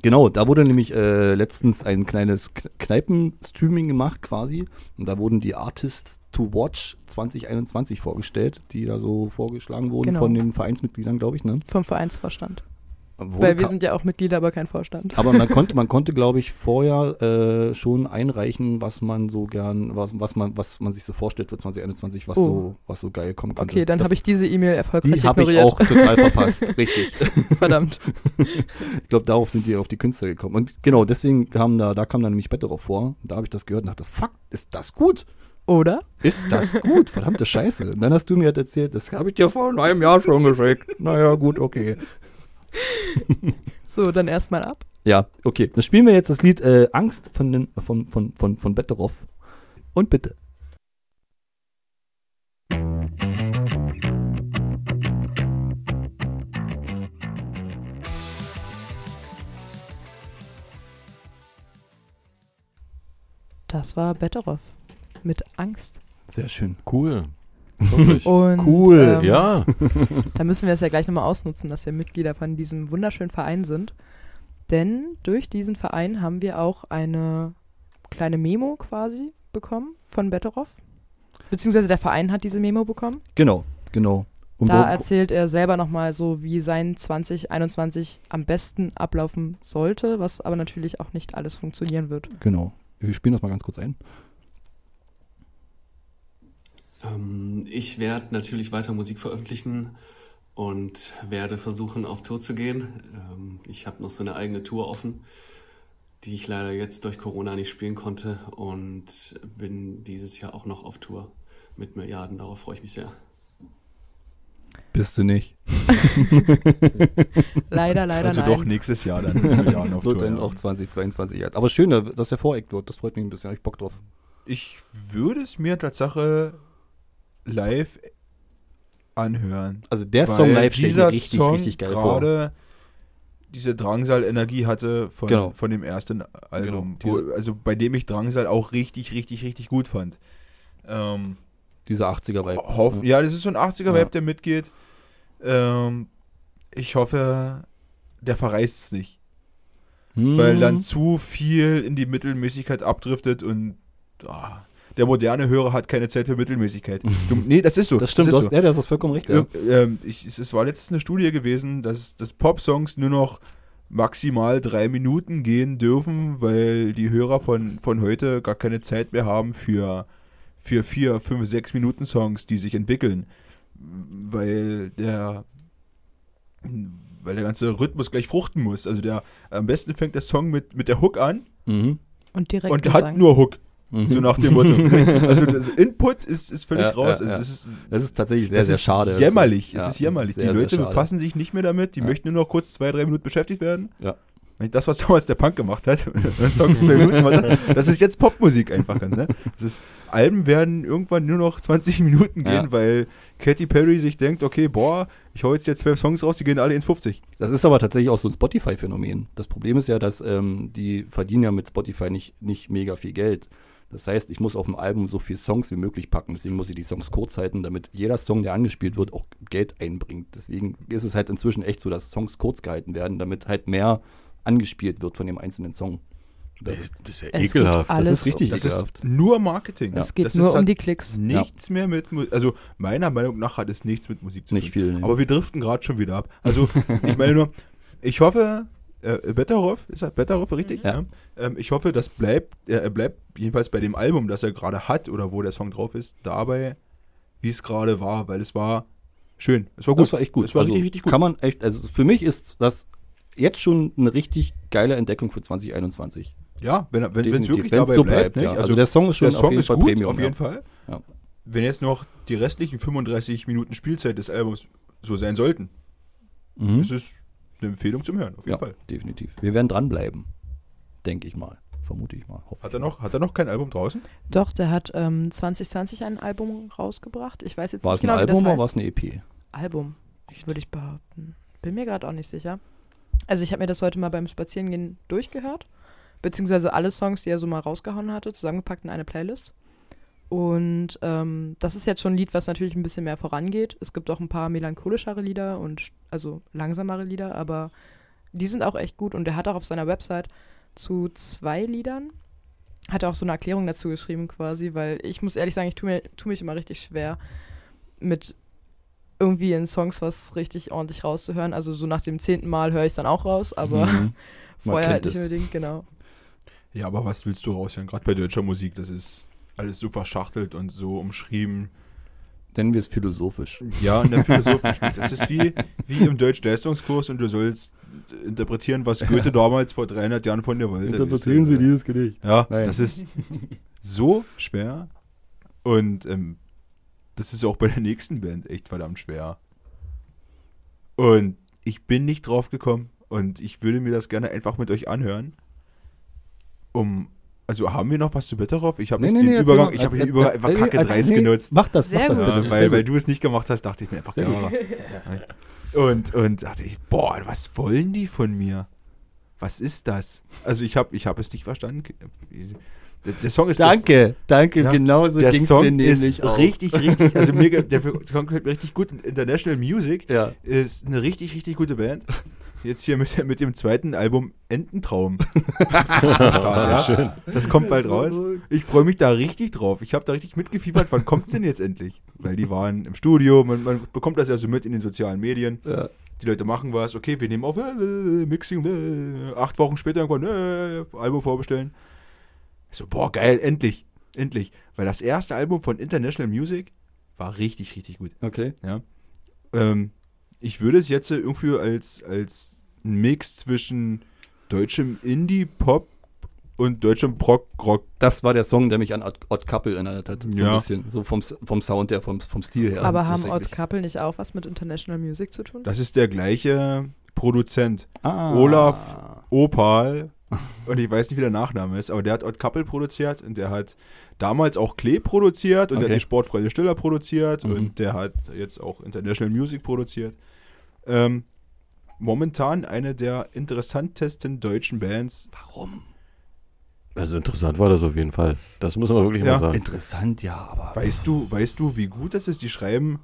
S2: Genau, da wurde nämlich äh, letztens ein kleines Kne- Kneipen-Streaming gemacht quasi. Und da wurden die Artists to Watch 2021 vorgestellt, die da so vorgeschlagen wurden
S3: Genau.
S2: von den Vereinsmitgliedern, glaube ich. Ne?
S3: Vom Vereinsvorstand.
S2: Wurde
S3: Weil wir
S2: ka-
S3: sind ja auch Mitglieder, aber kein Vorstand.
S2: aber
S3: *laughs*
S2: man konnte, man konnte, glaube ich, vorher äh, schon einreichen, was man so gern, was, was man, was man sich so vorstellt für 2021, was
S3: Oh.
S2: so, was so geil kommen könnte.
S3: Okay, dann
S2: Das-
S3: habe ich diese E-Mail
S2: die
S3: erfolgreich
S2: habe ich
S3: ignoriert.
S2: auch
S3: *laughs*
S2: total verpasst, richtig. *laughs*
S3: Verdammt.
S2: Ich glaube, darauf sind die auf die Künstler gekommen. Und genau, deswegen kam da, da kam dann nämlich Better drauf vor. Da habe ich das gehört und dachte, fuck, ist das gut?
S3: Oder?
S2: Ist das gut? Verdammte Scheiße. Und dann hast du mir halt erzählt, das habe ich dir vor einem Jahr schon geschickt. Naja, gut, okay.
S3: So, dann erstmal ab.
S2: Ja, okay. Dann spielen wir jetzt das Lied äh, Angst von, den, von, von, von, von Betteroff. Und bitte.
S3: Das war Betteroff. Mit Angst.
S2: Sehr schön.
S1: Cool. *laughs* Wirklich.
S3: Und,
S4: Oh,
S3: ähm,
S2: Cool,
S1: ja.
S3: Da müssen wir es ja gleich nochmal ausnutzen, dass wir Mitglieder von diesem wunderschönen Verein sind. Denn durch diesen Verein haben wir auch eine kleine Memo quasi bekommen von Betteroff. Beziehungsweise der Verein hat diese Memo bekommen.
S2: Genau, genau. Und
S3: da
S2: wo,
S3: erzählt er selber nochmal so, wie sein 2021 am besten ablaufen sollte, was aber natürlich auch nicht alles funktionieren wird.
S2: genau. Wir spielen das mal ganz kurz ein.
S6: Ähm, ich werde natürlich weiter Musik veröffentlichen und werde versuchen, auf Tour zu gehen. Ähm, ich habe noch so eine eigene Tour offen, die ich leider jetzt durch Corona nicht spielen konnte und bin dieses Jahr auch noch auf Tour mit Milliarden. Darauf freue ich mich sehr.
S2: Bist du nicht.
S3: Leider, leider
S4: *laughs* also
S3: nein.
S4: doch nächstes Jahr dann. in
S2: *laughs*
S4: vier Jahren auf
S2: wird
S4: Tour,
S2: dann
S4: ja.
S2: auch 2022 jetzt. Aber schön, dass er voreckt wird. Das freut mich ein bisschen. Hab ich Bock drauf.
S4: Ich würde es mir Tatsache live anhören.
S2: Also der
S4: Weil
S2: Song live steht mir
S4: dieser
S2: richtig,
S4: Song
S2: richtig geil vor.
S4: gerade diese Drangsal-Energie hatte von,
S2: Genau.
S4: von dem ersten Album.
S2: Genau.
S4: Wo, also bei dem ich Drangsal auch richtig, richtig, richtig gut fand. Ähm,
S2: Dieser 80er-Vibe.
S4: hoff, ja, das ist so ein 80er-Vibe,
S2: Ja.
S4: der mitgeht. Ähm, ich hoffe, der verreist es nicht.
S2: Hm.
S4: weil dann zu viel in die Mittelmäßigkeit abdriftet und ah, der moderne Hörer hat keine Zeit für
S2: *laughs*
S4: Mittelmäßigkeit. Du, nee, das ist so.
S2: das stimmt,
S4: ist
S2: du hast,
S4: so.
S2: ja, das ist vollkommen richtig. Ja.
S4: Ir- ähm, ich, es, es war letztens eine Studie gewesen, dass, dass Pop-Songs nur noch maximal drei Minuten gehen dürfen, weil die Hörer von, von heute gar keine Zeit mehr haben für, für vier, fünf, sechs Minuten Songs, die sich entwickeln. Weil der, weil der ganze Rhythmus gleich fruchten muss. Also der am besten fängt der Song mit, mit der Hook an
S2: Mhm.
S3: Und direkt
S4: und
S3: Gesang.
S4: hat nur Hook.
S2: Mhm. *laughs*
S4: So nach dem Motto. also das Input ist, ist völlig
S2: Ja,
S4: raus.
S2: ja,
S4: es,
S2: ja.
S4: es ist
S2: Das ist tatsächlich sehr,
S4: es
S2: sehr
S4: ist
S2: schade. Das
S4: Jämmerlich,
S2: ja,
S4: es ist jämmerlich.
S2: sehr,
S4: die
S2: sehr
S4: Leute
S2: schade.
S4: befassen sich nicht mehr damit, die
S2: Ja.
S4: möchten nur noch kurz zwei, drei Minuten beschäftigt werden.
S2: Ja.
S4: Nicht Das, was damals der Punk gemacht hat, *laughs* wenn Songs zwei Minuten gemacht hat, das ist jetzt Popmusik einfach. Ne? Das ist, Alben werden irgendwann nur noch 20 Minuten gehen,
S2: Ja.
S4: weil Katy Perry sich denkt, okay, boah, ich hau jetzt hier zwölf Songs raus, die gehen alle ins 50.
S2: Das ist aber tatsächlich auch so ein Spotify-Phänomen. Das Problem ist ja, dass ähm, die verdienen ja mit Spotify nicht, nicht mega viel Geld. Das heißt, ich muss auf dem Album so viele Songs wie möglich packen. Deswegen muss ich die Songs kurz halten, damit jeder Song, der angespielt wird, auch Geld einbringt. Deswegen ist es halt inzwischen echt so, dass Songs kurz gehalten werden, damit halt mehr angespielt wird von dem einzelnen Song. Das ist,
S1: ist ja
S3: Es ekelhaft.
S2: das
S3: gibt Alles- um,
S2: ist richtig
S4: Das
S2: ekelhaft.
S4: ist nur Marketing.
S3: Es geht
S4: das
S3: nur
S4: ist, halt
S3: um
S4: hat
S3: die Klicks.
S4: nichts mehr mit, Mu- also meiner Meinung nach hat es nichts mit Musik zu tun.
S2: Nicht viel. ne.
S4: Aber wir driften gerade schon wieder ab. Also, ich meine nur, ich hoffe, äh, Betteroff, ist er Betteroff richtig?
S2: Mhm. Ja.
S4: Ähm, ich hoffe, das bleibt, äh, er er bleibt jedenfalls bei dem Album, das er gerade hat oder wo der Song drauf ist, dabei, wie es gerade war, weil es war schön. Es war gut.
S2: Das war echt gut.
S4: Es war
S2: also,
S4: richtig, richtig gut.
S2: Kann man echt, also für mich ist das jetzt schon eine richtig geile Entdeckung für 2021.
S4: ja, wenn es wenn, wenn's
S2: Definitiv. Wenn's
S4: wirklich dabei
S2: so
S4: bleibt. ne?
S2: ja. also, der Song ist schon
S4: der Song
S2: auf jeden
S4: ist
S2: Fall
S4: gut,
S2: Premium.
S4: auf jeden Fall.
S2: Ja.
S4: Wenn jetzt noch die restlichen 35 Minuten Spielzeit des Albums so sein sollten,
S2: Ja. Mhm.
S4: ist es eine Empfehlung zum Hören, auf jeden
S2: ja
S4: Fall.
S2: definitiv. Wir werden dranbleiben. Denke ich mal. Vermute ich mal. Hoffe
S4: Hat
S2: ich
S4: er
S2: mal.
S4: noch, hat er noch kein Album draußen?
S3: Doch, der hat ähm, 2020 ein Album rausgebracht. Ich weiß jetzt
S2: War
S3: nicht
S2: es ein
S3: genau,
S2: Album
S3: wie das
S2: oder
S3: heißt.
S2: war es eine E EP?
S3: Album, würde ich behaupten. Bin mir gerade auch nicht sicher. Also ich habe mir das heute mal beim Spazierengehen durchgehört, beziehungsweise alle Songs, die er so mal rausgehauen hatte, zusammengepackt in eine Playlist. Und ähm, das ist jetzt schon ein Lied, was natürlich ein bisschen mehr vorangeht. Es gibt auch ein paar melancholischere Lieder und st- also langsamere Lieder, aber Die sind auch echt gut und er hat auch auf seiner Website zu zwei Liedern hat er auch so eine Erklärung dazu geschrieben quasi, weil ich muss ehrlich sagen, ich tue mir, tu mich immer richtig schwer mit irgendwie in Songs was richtig ordentlich rauszuhören. Also so nach dem zehnten Mal höre ich dann auch raus, aber
S2: Mhm. Man
S3: vorher halt
S2: kennt
S3: nicht
S2: es.
S3: unbedingt, genau.
S4: Ja, aber was willst du raushören? Gerade bei deutscher Musik, das ist alles so verschachtelt und so umschrieben.
S2: Nennen wir es philosophisch.
S4: Ja, und dann philosophisch nicht. Das ist wie, wie im Deutsch-Leistungskurs und du sollst interpretieren, was Goethe damals vor 300 Jahren von dir wollte. Weißt du?
S2: dieses Gedicht.
S4: Ja,
S2: Nein.
S4: das ist so schwer. Und ähm, das ist auch bei der nächsten Band echt verdammt schwer. Und ich bin nicht drauf gekommen und ich würde mir das gerne einfach mit euch anhören. Um. Also haben wir noch was zu Betteroff? Ich habe jetzt den Übergang, ich habe den Übergang einfach kacke dreist genutzt.
S2: Mach das,
S3: Sehr
S2: mach das
S3: gut.
S2: bitte.
S4: Ja, weil, weil du es nicht gemacht hast, dachte ich mir einfach,
S2: Sehr
S4: ja. Und, und dachte ich, boah, was wollen die von mir? Was ist das? Also ich habe ich hab es nicht verstanden. Der, der Song ist
S2: danke, danke,
S4: Ja.
S2: genau so
S4: der
S2: ging's mir
S4: Song ist
S2: nämlich auch.
S4: richtig, richtig, also mir,
S2: *laughs*
S4: ge- der Song gefällt mir richtig gut. International Music
S2: Ja.
S4: ist eine richtig, richtig gute Band. Jetzt hier mit, mit dem zweiten Album
S2: *laughs*
S4: Ententraum. ja, schön. Das kommt bald raus. Ich freue mich da richtig drauf. Ich habe da richtig mitgefiebert, wann kommt's denn jetzt endlich? Weil die waren im Studio, man, man bekommt das ja so mit in den sozialen Medien.
S2: Ja.
S4: Die Leute machen was, okay, wir nehmen auf, äh, äh, Mixing, äh, acht Wochen später irgendwann, äh, Album vorbestellen. Ich so, boah, geil, endlich, endlich. Weil das erste Album von International Music war richtig, richtig gut.
S2: Okay.
S4: Ähm, ich würde es jetzt irgendwie als, als ein Mix zwischen deutschem Indie-Pop und deutschem Prog-Rock
S2: Das war der Song, der mich an Odd, Odd Couple erinnert hat. So
S4: Ja.
S2: ein bisschen. So vom, S- vom Sound her, vom, vom Stil her.
S3: aber
S2: Das
S3: haben
S2: ist
S3: Odd
S2: eigentlich-
S3: Couple nicht auch was mit International Music zu tun?
S4: Das ist der gleiche Produzent.
S2: Ah.
S4: Olaf. Opal. Und ich weiß nicht, wie der Nachname ist, aber der hat Odd Couple produziert und der hat damals auch Klee produziert und der
S2: Okay.
S4: hat die Sportfreunde Stiller produziert
S2: Mhm.
S4: und der hat jetzt auch International Music produziert. Ähm, momentan eine der interessantesten deutschen Bands.
S2: Warum?
S1: Also interessant war das auf jeden Fall. Das muss man wirklich
S4: Ja.
S1: mal sagen.
S2: Interessant, ja, aber.
S4: Weißt du, weißt du, wie gut das ist? Die schreiben.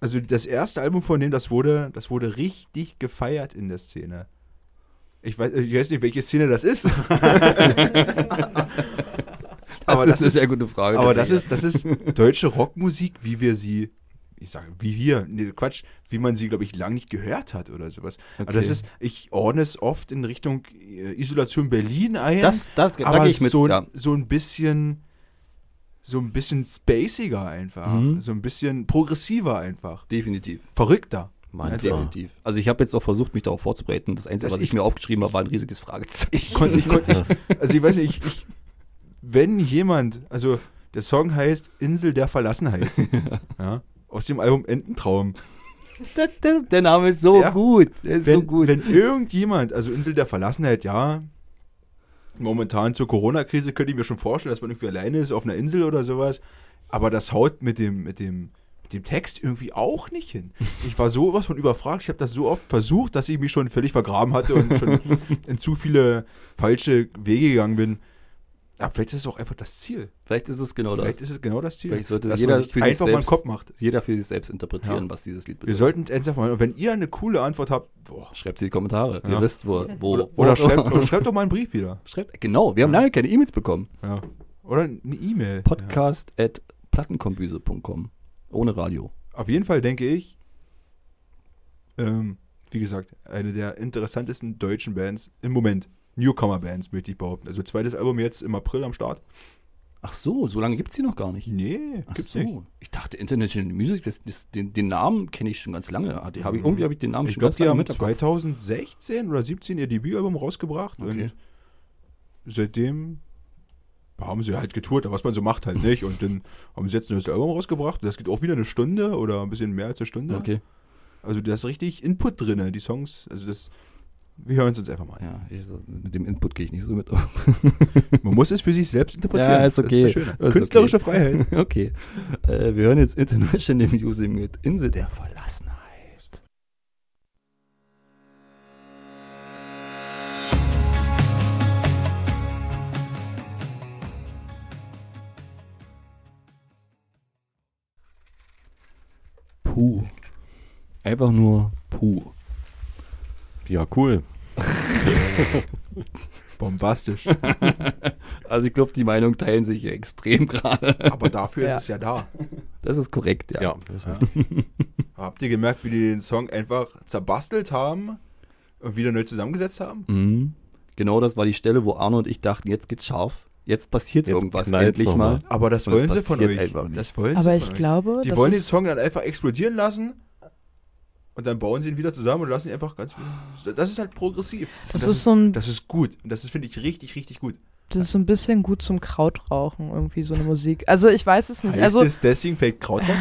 S4: Also das erste Album von denen, das wurde, das wurde richtig gefeiert in der Szene. Ich weiß, ich weiß nicht, welche Szene das ist. *laughs*
S2: das
S4: aber
S2: ist
S4: das
S2: eine
S4: ist-
S2: sehr gute Frage.
S4: Aber das
S2: deswegen.
S4: ist, das ist deutsche Rockmusik, wie wir sie, ich sage, wie wir, nee, Quatsch, wie man sie, glaube ich, lang nicht gehört hat oder sowas. Aber das
S2: Okay.
S4: ist, ich ordne es oft in Richtung äh, Isolation Berlin ein.
S2: Das, das, da
S4: aber
S2: gehe ich mit.
S4: so,
S2: ja.
S4: so ein bisschen, so ein bisschen spaciger einfach.
S2: Mhm.
S4: So ein bisschen progressiver einfach.
S2: Definitiv.
S4: Verrückter.
S1: Mann,
S4: Also-
S1: so.
S2: Definitiv. Also ich habe jetzt auch versucht, mich darauf vorzubereiten. Das Einzige,
S4: Das
S2: was ich
S4: ich-
S2: mir aufgeschrieben habe, war ein riesiges Fragezeichen.
S4: Ich konnte, ich konnte, ich, *laughs* also ich weiß nicht, ich, ich, wenn jemand, also der Song heißt Insel
S2: *laughs*
S4: der Verlassenheit. ja, aus dem Album Ententraum.
S2: *laughs* Das- das- Der Name ist so
S4: Ja.
S2: gut. Der ist
S4: wenn,
S2: so gut.
S4: wenn irgendjemand, also Insel der Verlassenheit, ja, momentan zur Corona-Krise könnte ich mir schon vorstellen, dass man irgendwie alleine ist auf einer Insel oder sowas, aber das haut mit dem, mit dem, mit dem Text irgendwie auch nicht hin. Ich war sowas von überfragt, ich habe das so oft versucht, dass ich mich schon völlig vergraben hatte und schon in zu viele falsche Wege gegangen bin. Ja, vielleicht ist es auch einfach das Ziel.
S2: Vielleicht ist es genau
S4: vielleicht
S2: das.
S4: ist es genau das Ziel.
S2: Vielleicht sollte
S4: dass
S2: jeder
S4: man sich
S2: für sich
S4: einfach mal einen
S2: selbst-
S4: Kopf macht.
S2: Jeder für sich selbst interpretieren, was dieses Lied
S4: Wir
S2: bedeutet.
S4: sollten es ernsthaft machen. Und wenn ihr eine coole Antwort habt, boah,
S2: Schreibt sie in die Kommentare. Ihr
S4: Ja.
S2: wisst, wo. wo
S4: oder,
S2: wo-
S4: oder, schreibt, oder schreibt doch mal einen Brief wieder.
S2: *laughs* schreibt. Genau, wir haben lange keine E-Mails bekommen.
S4: Ja. Oder eine E-Mail. Ja.
S2: Podcast at plattenkombüse.com. Ohne Radio.
S4: Auf jeden Fall denke ich, ähm, wie gesagt, eine der interessantesten deutschen Bands im Moment. Newcomer-Bands, möchte ich behaupten. Also zweites Album jetzt im April am Start.
S2: Ach so, so lange gibt es die noch gar nicht.
S4: Nee,
S2: Ach
S4: gibt's
S2: so.
S4: nicht.
S2: Ich dachte, International Music, das, das, den, den Namen kenne ich schon ganz lange. Hatte, hab ich, irgendwie habe Mhm. ich den Namen
S4: Ich
S2: schon
S4: glaube,
S2: ganz
S4: die
S2: lange
S4: haben
S2: mit. im Kopf.
S4: 2016 oder 17 ihr Debütalbum rausgebracht
S2: Okay.
S4: und seitdem haben sie halt getourt, aber was man so macht halt nicht. Und
S2: *laughs*
S4: dann haben sie jetzt ein neues Album rausgebracht. Das geht auch wieder eine Stunde oder ein bisschen mehr als eine Stunde.
S2: Okay.
S4: Also da ist richtig Input drin, die Songs. Also das, wir hören es uns einfach mal an.
S2: Ja, ich, mit dem Input gehe ich nicht so mit.
S4: Man muss es für sich selbst interpretieren.
S2: Ja, ist okay.
S4: Das ist das Schöne.
S2: Ist okay. *laughs*
S4: Künstlerische Freiheit.
S2: Okay. Äh, wir hören jetzt International Music mit Insel der Verlassenheit. Puh. Einfach nur Puh.
S1: Ja, cool.
S4: Bombastisch.
S2: Also ich glaube, die Meinung teilen sich hier extrem *laughs* gerade.
S4: Aber dafür
S3: Ja.
S4: ist es ja da.
S2: Das ist korrekt, ja.
S1: Ja, das heißt,
S4: Habt ihr gemerkt, wie die den Song einfach zerbastelt haben und wieder neu zusammengesetzt haben?
S2: Mhm. Genau das war die Stelle, wo Arno und ich dachten, jetzt geht's scharf. Jetzt passiert
S1: Jetzt
S2: irgendwas
S1: knallt's
S2: endlich
S1: noch
S2: mal.
S1: mal.
S4: Aber das
S2: Und es
S4: wollen sie von
S2: passiert
S4: euch.
S2: einfach nichts.
S4: Das wollen sie
S3: Aber
S4: von
S3: ich
S4: euch.
S3: glaube,
S4: Die
S3: das
S4: wollen den
S3: ist,
S4: Song dann einfach explodieren lassen und dann bauen sie ihn wieder zusammen und lassen ihn einfach ganz. Das ist halt progressiv.
S3: das ist so ein,
S4: das ist gut. Und das ist, finde ich richtig, richtig gut.
S3: das ist so ein bisschen gut zum Krautrauchen irgendwie so eine Musik. Also ich weiß es nicht. also
S4: es deswegen fällt Krautrock?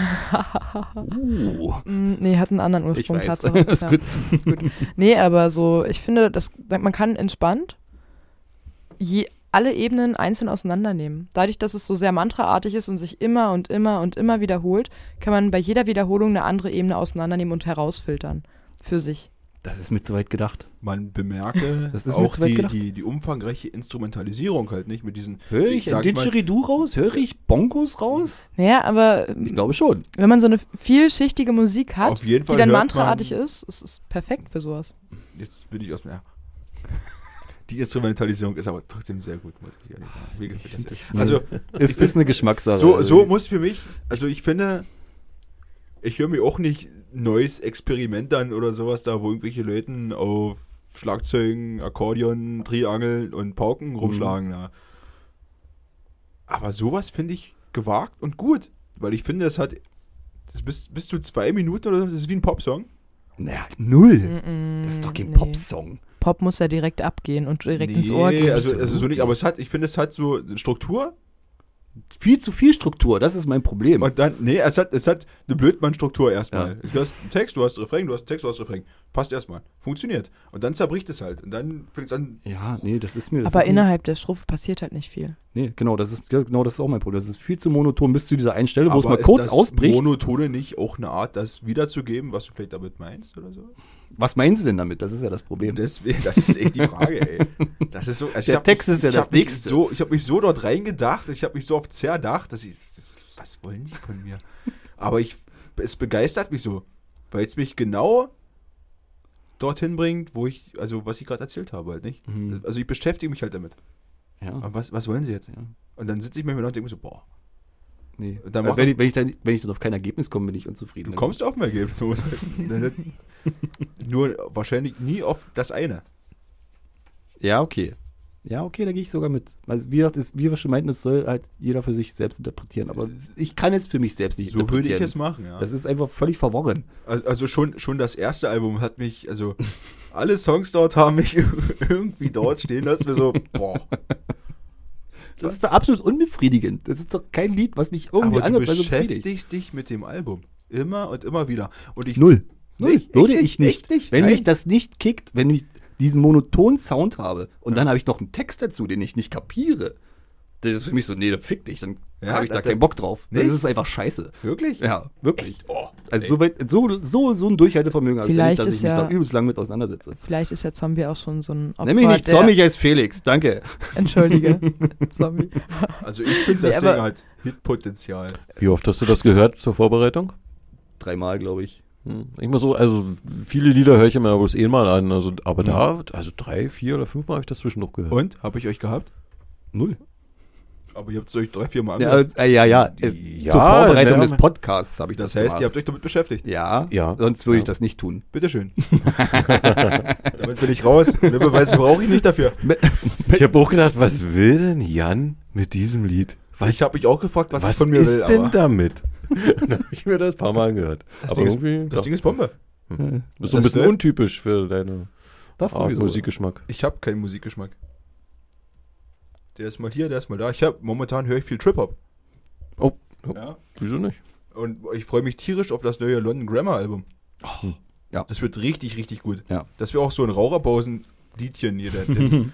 S2: Uh,
S3: Mm, Nee, hat einen anderen
S2: ich
S3: Ursprung.
S2: weiß.
S3: Tatsache.
S2: ist
S3: Ja.
S2: gut.
S3: Nee, aber so, ich finde, das, man kann entspannt je, alle Ebenen einzeln auseinandernehmen. Dadurch, dass es so sehr mantraartig ist und sich immer und immer und immer wiederholt, kann man bei jeder Wiederholung eine andere Ebene auseinandernehmen und herausfiltern. Für sich.
S2: Das ist mir zu weit gedacht.
S4: Man bemerke
S2: Das ist mir
S4: auch
S2: zu weit
S4: die,
S2: gedacht.
S4: die, die umfangreiche Instrumentalisierung halt nicht mit diesen.
S2: Höre ich, ein
S4: sag mal,
S2: Didgeridoo raus? Höre ich Bongos raus?
S3: Naja, aber ähm,
S2: Ich glaube schon.
S3: wenn man so eine vielschichtige Musik hat,
S4: Auf jeden
S3: die
S4: Fall
S3: dann
S4: hört
S3: mantraartig
S4: man-
S3: ist, ist es perfekt für sowas.
S4: Jetzt bin ich aus dem. Ja. *laughs* Die Instrumentalisierung ist aber trotzdem sehr gut, muss ich ehrlich sagen. Mir gefällt das sehr. Also,
S2: Es ist eine Geschmackssache.
S4: so,
S2: Also,
S4: so muss für mich, also ich finde, ich höre mir auch nicht neues Experiment an oder sowas da, wo irgendwelche Leuten auf Schlagzeugen, Akkordeon, Triangeln und Pauken rumschlagen. Na. Aber sowas finde ich gewagt und gut, weil ich finde, es hat das bis, bis zu zwei Minuten oder so, das ist wie ein Popsong.
S2: Naja, null.
S3: Mm-mm,
S2: Das ist doch kein
S3: nee.
S2: Popsong.
S3: Pop muss ja direkt abgehen und direkt ins Ohr gehen.
S4: also, also so nicht, aber es hat, ich finde, es hat so eine Struktur
S2: Viel zu viel Struktur, das ist mein Problem.
S4: Und dann, nee, es hat, es hat eine Blödmann-Struktur erstmal.
S2: Ja.
S4: Du hast einen Text, du hast Refrain, du hast einen Text, du hast Refrain. Passt erstmal. Funktioniert. Und dann zerbricht es halt. Und dann fängt es an.
S2: ja, nee, das ist mir. Das
S3: aber
S2: ist mir-
S3: innerhalb der Strophe passiert halt nicht viel.
S2: Nee, genau, das ist ja, genau das ist auch mein Problem. Das ist viel zu monoton bis zu dieser einen Stelle, wo es
S4: Aber
S2: mal
S4: ist
S2: kurz
S4: das
S2: ausbricht.
S4: Monotone nicht auch eine Art, das wiederzugeben, was du vielleicht damit meinst oder so?
S2: Was meinen Sie denn damit? Das ist ja das Problem.
S4: Deswegen, das ist echt die Frage, ey. Das ist so, also ich
S2: Der
S4: hab
S2: Text
S4: mich,
S2: ist ja
S4: ich
S2: das
S4: hab mich
S2: Nächste.
S4: So, ich habe mich so dort reingedacht, ich habe mich so oft zerdacht, dass ich, das ist, was wollen die von mir? Aber ich, es begeistert mich so, weil es mich genau dorthin bringt, wo ich, also was ich gerade erzählt habe halt, nicht?
S2: Mhm.
S4: Also ich beschäftige mich halt damit.
S2: ja,
S4: Aber was, was wollen sie jetzt?
S2: Ja.
S4: Und dann sitze ich mir noch und denke mir so, boah,
S2: nee.
S4: Und dann
S2: Weil
S4: mach-
S2: wenn, ich, wenn, ich dann, wenn ich dann auf kein Ergebnis komme, bin ich unzufrieden.
S4: du kommst auf ein Ergebnis.
S2: *laughs*
S4: muss man- Nur wahrscheinlich nie auf das eine.
S2: Ja, okay. Ja, okay, da gehe ich sogar mit. Also, wie gesagt, ist, wie wir schon meinten, es soll halt jeder für sich selbst interpretieren. Aber ich kann es für mich selbst nicht
S4: So würde ich
S2: interpretieren.
S4: es machen, ja.
S2: Das ist einfach völlig verworren.
S4: Also, also schon, schon das erste Album hat mich, also alle Songs dort haben mich *laughs* irgendwie dort stehen lassen. Wir so, boah,
S2: Das ist doch absolut unbefriedigend. Das ist doch kein Lied, was mich irgendwie
S4: aber du
S2: andersweise befriedigt.
S4: beschäftigst dich mit dem Album. Immer und immer wieder. Und ich,
S2: Null. Null.
S4: Nicht,
S2: würde
S4: echt
S2: ich nicht.
S4: echt nicht.
S2: Wenn
S4: Nein.
S2: mich das nicht kickt, wenn ich diesen monotonen Sound habe und dann habe ich noch einen Text dazu, den ich nicht kapiere, das ist für mich so, nee, das fick dich, dann
S4: Ja,
S2: habe ich da
S4: das-
S2: keinen Bock drauf.
S4: Nicht?
S2: Das ist einfach scheiße.
S4: Wirklich?
S2: Ja, wirklich.
S4: Oh,
S2: Also so, weit, so, so, so ein Durchhaltevermögen habe ich da nicht,
S3: Vielleicht
S2: dass ich
S3: ist
S2: mich
S3: ja-
S2: da übelst lang mit auseinandersetze.
S3: Vielleicht ist ja Zombie auch schon so ein Opfer.
S2: Nenn mich nicht
S3: der-
S2: Zombie, ich heiße Felix. Danke.
S3: *laughs* Entschuldige. Zombie.
S4: also ich finde, das
S3: Nee, aber-
S4: Ding hat Hitpotenzial.
S1: Wie oft hast du das gehört zur Vorbereitung?
S2: Dreimal, glaube ich.
S1: Hm, Ich mal so, also viele Lieder höre ich immer bloß einmal an, also, aber da, also drei, vier oder fünfmal habe ich das zwischendurch gehört.
S4: Mhm. Und? Habe ich euch gehabt?
S2: Null.
S4: Aber ihr habt es euch drei, vier Mal
S2: Ja,
S4: angehört.
S2: als- äh, ja, ja. äh,
S1: Ja,
S2: Zur Vorbereitung
S1: ne,
S2: des
S1: man-
S2: Podcasts habe ich das,
S4: das heißt,
S2: gemacht.
S4: ihr habt euch damit beschäftigt.
S2: ja,
S1: Ja.
S2: sonst würde ich
S1: Ja.
S2: das nicht tun.
S4: Bitteschön. damit bin ich raus. Den Beweis brauche ich nicht dafür.
S1: Ich habe auch gedacht, was will denn Jan mit diesem Lied? Was,
S4: Ich habe mich auch gefragt, was,
S1: was,
S4: ich von mir
S1: ist
S4: will.
S1: denn
S4: aber *laughs*
S1: damit? Dann habe ich mir das ein paar Mal angehört.
S4: Das,
S1: aber
S4: Ding ist,
S1: irgendwie
S4: das Ding ist Bombe.
S1: ist so ein
S4: das
S1: bisschen
S4: läuft.
S1: untypisch für deine
S2: Das
S1: Art Musikgeschmack.
S4: Ich habe keinen Musikgeschmack. Der ist mal hier, der ist mal da. Ich habe momentan höre ich viel Trip Hop.
S1: Oh, oh.
S4: Ja.
S1: Wieso nicht?
S4: Und ich freue mich tierisch auf das neue London Grammar Album.
S2: Oh, ja.
S4: Das wird richtig, richtig gut.
S2: Ja.
S4: Das wäre auch so ein Raucherpausen-Liedchen hier. denn-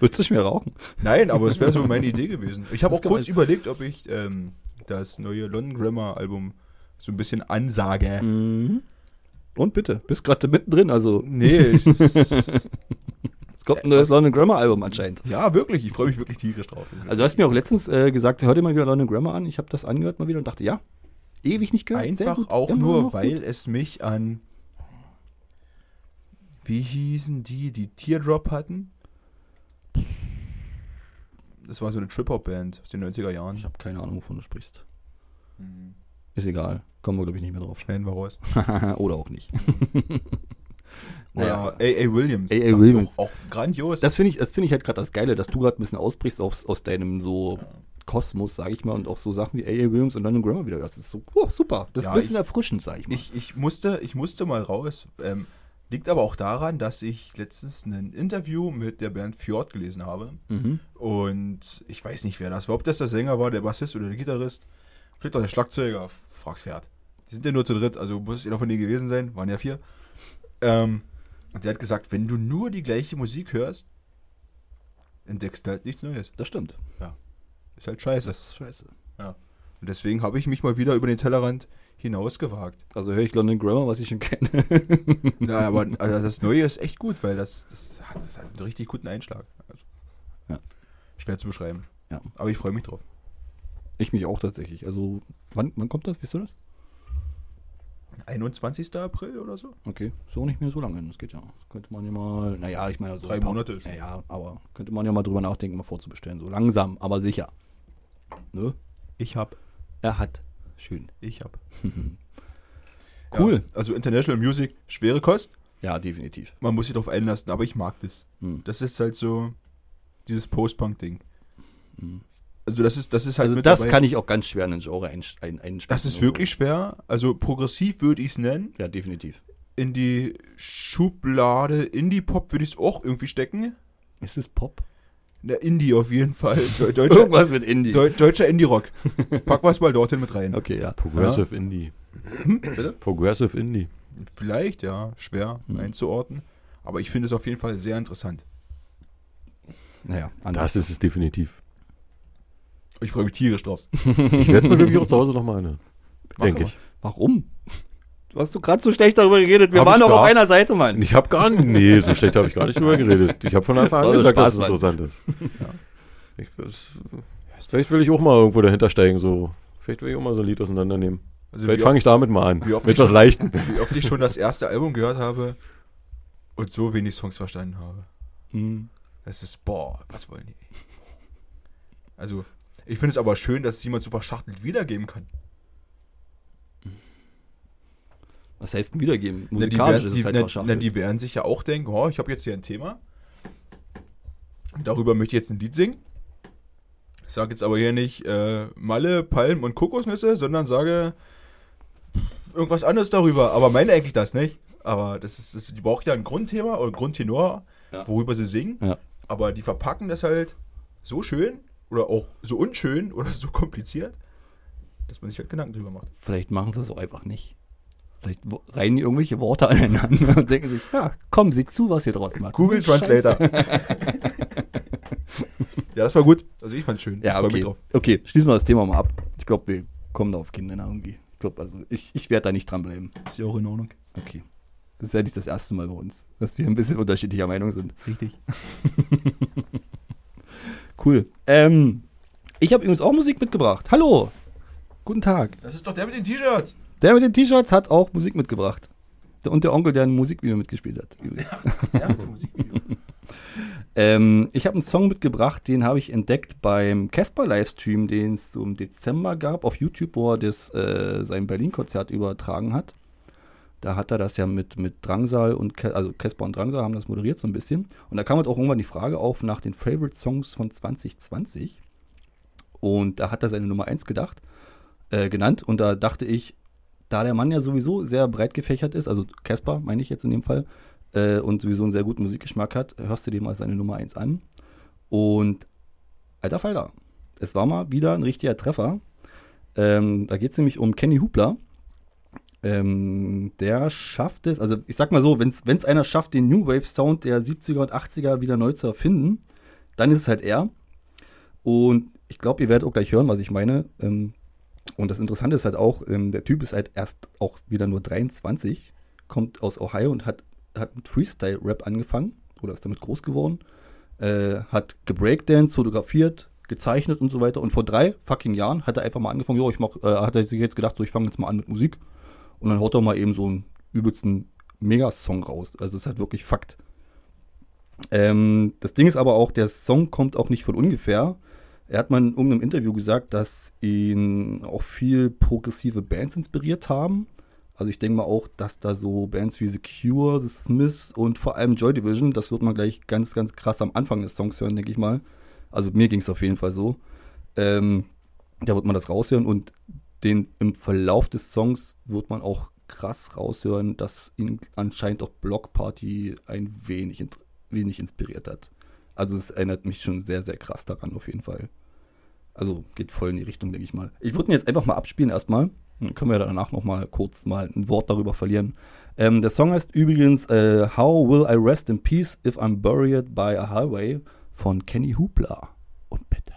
S2: *laughs* Würdest du schon wieder rauchen?
S4: Nein, aber es wäre so meine Idee gewesen. Ich habe
S2: Das
S4: auch
S2: kann
S4: kurz
S2: man-
S4: überlegt, ob ich ähm, das neue London Grammar Album so ein bisschen ansage.
S2: Mhm. Und bitte, bist gerade mittendrin, also
S4: Nee,
S2: *laughs*
S4: es ist,
S2: es
S4: Äh,
S2: kommt ein neues London Grammar Album anscheinend.
S4: ja, wirklich. Ich freue mich wirklich tierisch drauf.
S2: Also du hast mir auch letztens äh, gesagt, hör dir mal wieder London Grammar an. Ich habe das angehört mal wieder und dachte, ja, ewig nicht gehört. sehr
S4: Einfach
S2: gut,
S4: auch
S2: immer
S4: nur,
S2: noch
S4: weil
S2: gut.
S4: es mich an. Wie hießen die, die Teardrop hatten? Das war so eine Trip-Hop-Band aus den 90er Jahren.
S2: Ich habe keine Ahnung, wovon du sprichst.
S4: Mhm.
S2: Ist egal. Kommen wir, glaube ich, nicht mehr drauf.
S4: Schneiden wir raus.
S2: *laughs* Oder auch nicht.
S4: Oder A.A. Williams.
S2: A.A.
S4: Doch,
S2: Williams.
S4: Auch, grandios.
S2: Das finde ich, das finde ich halt gerade das Geile, dass du gerade ein bisschen ausbrichst aus, aus deinem so Kosmos, sage ich mal, und auch so Sachen wie A.A. Williams und London Grammar wieder. Das ist so oh, super. Das ist
S4: Ja,
S2: ein bisschen
S4: ich-
S2: erfrischend, sage ich mal.
S4: Ich, ich, musste, ich musste mal raus. Ähm, liegt aber auch daran, dass ich letztens ein Interview mit der Band Fjord gelesen habe.
S2: mhm.
S4: Und ich weiß nicht, wer das war. Ob das der Sänger war, der Bassist oder der Gitarrist. Vielleicht auch der Schlagzeuger. Frag's wer hat. Die sind ja nur zu dritt, also muss es einer von denen gewesen sein. Waren ja vier. Ähm, und der hat gesagt, wenn du nur die gleiche Musik hörst, entdeckst du halt nichts Neues.
S2: Das stimmt.
S4: Ist halt scheiße.
S2: Das ist scheiße.
S4: Und deswegen habe ich mich mal wieder über den Tellerrand hinausgewagt.
S2: Also höre ich London Grammar, was ich schon *laughs* kenne.
S4: *laughs* Ja, aber also das Neue ist echt gut, weil das, das, hat, das hat einen richtig guten Einschlag. Also,
S2: Ja.
S4: Schwer zu beschreiben.
S2: Ja.
S4: Aber ich freue mich drauf.
S2: Ich mich auch tatsächlich. Also, wann, wann kommt das? Wisst ihr das?
S4: 21. April oder so?
S2: Okay, ist auch nicht mehr so lange hin. Das geht ja. Könnte man ja mal, naja, ich meine, so.
S4: Drei
S2: ein paar-
S4: Monate.
S2: Naja, aber könnte man ja mal drüber nachdenken, mal vorzubestellen. So langsam, aber sicher. Ne?
S4: Ich hab.
S2: Er hat. Schön.
S4: Ich hab.
S2: Cool.
S4: Ja, also International Music, schwere Kost.
S2: Ja, definitiv.
S4: Man muss sich darauf einlassen, aber ich mag das.
S2: Hm.
S4: Das ist halt so dieses Post-Punk-Ding.
S2: Mhm.
S4: Also das ist, das ist halt
S2: Also,
S4: mit
S2: das
S4: dabei.
S2: kann Oh. ich auch ganz schwer in ein Genre einsch- ein- einschätzen.
S4: Das ist
S2: irgendwo.
S4: wirklich schwer. Also progressiv würde ich es nennen.
S2: Also, Ja, definitiv.
S4: In die Schublade Indie-Pop würde ich es auch irgendwie stecken.
S2: Ist es Pop?
S4: Na, Indie auf jeden Fall.
S2: *laughs*
S4: Deu- Deutscher,
S2: Irgendwas mit Indie.
S4: Deu deutscher Indie-Rock. Packen wir es mal dorthin mit
S2: *laughs*
S4: rein.
S2: okay, ja. Hm?
S1: Progressive Indie.
S4: Bitte?
S1: Progressive Indie.
S4: Vielleicht, ja, schwer
S2: Hm.
S4: einzuordnen. Aber ich finde es auf jeden Fall sehr interessant.
S2: Naja,
S1: Das ist es definitiv.
S4: Ich freue mich tierisch drauf.
S1: Ich werde es mir, glaube ich, auch zu Hause nochmal anhören.
S4: Mach
S1: Denke
S4: aber.
S1: ich.
S2: Warum? Du hast doch gerade so schlecht darüber geredet. Wir
S1: Hab
S2: waren
S1: ich
S2: doch auf
S1: gar-
S2: einer Seite, Mann.
S1: Ich habe gar nicht. Nee, so schlecht habe ich gar nicht drüber geredet. Ich habe von Anfang an
S2: Das war
S1: gesagt, dass es
S2: Spaß,
S1: interessant ist. Ich, das, vielleicht will ich auch mal irgendwo dahinter steigen. So. Vielleicht will ich auch mal so ein Lied auseinandernehmen.
S4: Also
S1: Vielleicht
S4: wie, oft,
S1: fange ich damit mal an.
S4: wie oft
S1: Mit
S4: ich-
S1: was Leichten.
S4: wie oft ich schon das erste Album gehört habe und so wenig Songs verstanden habe.
S2: Hm.
S4: Das ist, boah, was wollen die? Also, ich finde es aber schön, dass es jemand so verschachtelt wiedergeben kann.
S2: Was heißt denn wiedergeben?
S4: Na, die
S2: Musikalisch ist
S4: werden- Ne, die,
S2: es halt
S4: na,
S2: verschachtelt.
S4: Na, die werden sich ja auch denken, oh, ich habe jetzt hier ein Thema. Darüber möchte ich jetzt ein Lied singen. Ich sage jetzt aber hier nicht äh, Malle, Palmen und Kokosnüsse, sondern sage irgendwas anderes darüber. Aber meine eigentlich das nicht. Aber das ist, das, die braucht ja ein Grundthema oder Grundtenor,
S2: Ja.
S4: worüber sie singen.
S2: Ja.
S4: Aber die verpacken das halt so schön oder auch so unschön oder so kompliziert, dass man sich halt Gedanken drüber macht.
S2: Vielleicht machen sie es auch einfach nicht. Vielleicht wo- reihen die irgendwelche Worte *laughs* aneinander und denken sich, ja, komm, sieh zu, was ihr draus macht. *laughs*
S4: Google Translator. ja, das war gut. Also ich fand's schön. ich
S2: Ja,
S4: freu mich
S2: okay.
S4: drauf.
S2: *laughs* Okay, schließen wir das Thema mal ab. Ich glaube, wir kommen da auf Kinder irgendwie. Ich glaube, also ich, ich werde da nicht dranbleiben.
S4: Ist ja auch in Ordnung.
S2: Okay. Das ist ja nicht das erste Mal bei uns, dass wir ein bisschen unterschiedlicher Meinung sind.
S4: Richtig.
S2: *laughs* Cool. Ähm, ich habe übrigens auch Musik mitgebracht. Hallo. Guten Tag.
S4: Das ist doch der mit den T-Shirts.
S2: Der mit den T-Shirts hat auch Musik mitgebracht. Und der Onkel, der ein Musikvideo mitgespielt hat. Übrigens.
S4: *laughs* Ja, mit der Musik.
S2: Ähm, ich habe einen Song mitgebracht, den habe ich entdeckt beim Casper-Livestream, den es so im Dezember gab auf YouTube, wo er das, äh, sein Berlin-Konzert übertragen hat. Da hat er das ja mit, mit Drangsal und Ke also Casper und Drangsal haben das moderiert so ein bisschen. Und da kam halt auch irgendwann die Frage auf nach den Favorite Songs von 2020. Und da hat er seine Nummer 1 gedacht, äh, genannt. Und da dachte ich, da der Mann ja sowieso sehr breit gefächert ist, also Casper meine ich jetzt in dem Fall, äh, und sowieso einen sehr guten Musikgeschmack hat, hörst du dir mal seine Nummer 1 an. Und alter Falter, es war mal wieder ein richtiger Treffer. Ähm, da geht es nämlich um Kenny Hubler. Ähm, der schafft es, also ich sag mal so, wenn es einer schafft, den New Wave Sound der 70er und 80er wieder neu zu erfinden, dann ist es halt er. Und ich glaube, ihr werdet auch gleich hören, was ich meine. Ähm, und das Interessante ist halt auch, ähm, der Typ ist halt erst auch wieder nur 23, kommt aus Ohio und hat hat mit Freestyle-Rap angefangen oder ist damit groß geworden, äh, hat gebreakdanced, fotografiert, gezeichnet und so weiter. Und vor drei fucking Jahren hat er einfach mal angefangen, jo, ich mach, äh, hat er sich jetzt gedacht, so ich fange jetzt mal an mit Musik. Und dann haut er mal eben so einen übelsten Megasong raus. Also es ist halt wirklich Fakt. Ähm, das Ding ist aber auch, der Song kommt auch nicht von ungefähr, Er hat mal in irgendeinem Interview gesagt, dass ihn auch viel progressive Bands inspiriert haben. Also ich denke mal auch, dass da so Bands wie The Cure, The Smiths und vor allem Joy Division, das wird man gleich ganz, ganz krass am Anfang des Songs hören, denke ich mal. Also mir ging es auf jeden Fall so. Ähm, da wird man das raushören und den im Verlauf des Songs wird man auch krass raushören, dass ihn anscheinend auch Block Party ein wenig, int- wenig inspiriert hat. Also es erinnert mich schon sehr, sehr krass daran auf jeden Fall. Also geht voll in die Richtung, denke ich mal. Ich würde ihn jetzt einfach mal abspielen erstmal. Dann können wir danach noch mal kurz mal ein Wort darüber verlieren. Ähm, der Song heißt übrigens äh, How Will I Rest in Peace If I'm Buried by a Highway von Kenny Hoopla. Und bitte.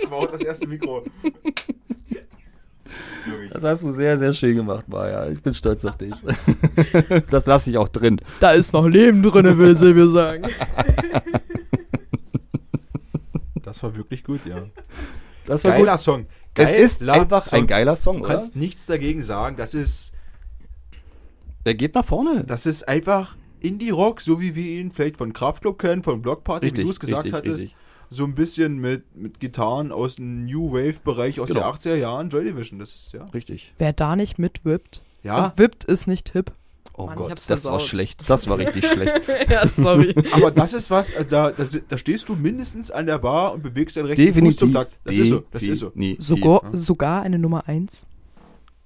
S4: Das war auch das erste Mikro. Wirklich.
S2: Das hast du sehr, sehr schön gemacht, Maya. Ich bin stolz auf dich. *laughs* das lasse ich auch drin.
S3: Da ist noch Leben drin, will Silvio sagen.
S4: Das war wirklich gut, ja.
S2: Das war
S4: Geiler
S2: gut.
S4: Song.
S2: Es
S4: Geiler
S2: ist einfach
S4: Song.
S2: ein geiler Song,
S4: Du
S2: oder?
S4: kannst nichts dagegen sagen. Das ist,
S2: Der geht nach vorne.
S4: das ist einfach Indie-Rock, so wie wir ihn vielleicht von Kraftklub kennen, von Blockparty, wie
S2: Richtig,
S4: du es gesagt
S2: richtig,
S4: hattest.
S2: richtig.
S4: So ein bisschen mit, mit Gitarren aus dem New Wave-Bereich aus
S2: Genau.
S4: den 80er Jahren. Joy Division, das ist ja.
S2: Richtig.
S3: Wer da nicht mitwippt,
S4: Ja,
S3: und wippt ist nicht hip.
S2: Oh
S3: Mann, ich
S2: Gott, das
S3: hab's
S2: war
S3: versaut.
S2: schlecht. Das war *laughs* richtig schlecht.
S3: ja, sorry.
S2: Ah.
S4: aber das ist was, äh, da, da, si- da stehst du mindestens an der Bar und bewegst deinen rechten Fuß zum Takt. Das ist so, das ist so.
S2: Definitiv.
S3: Sogar, sogar eine Nummer 1.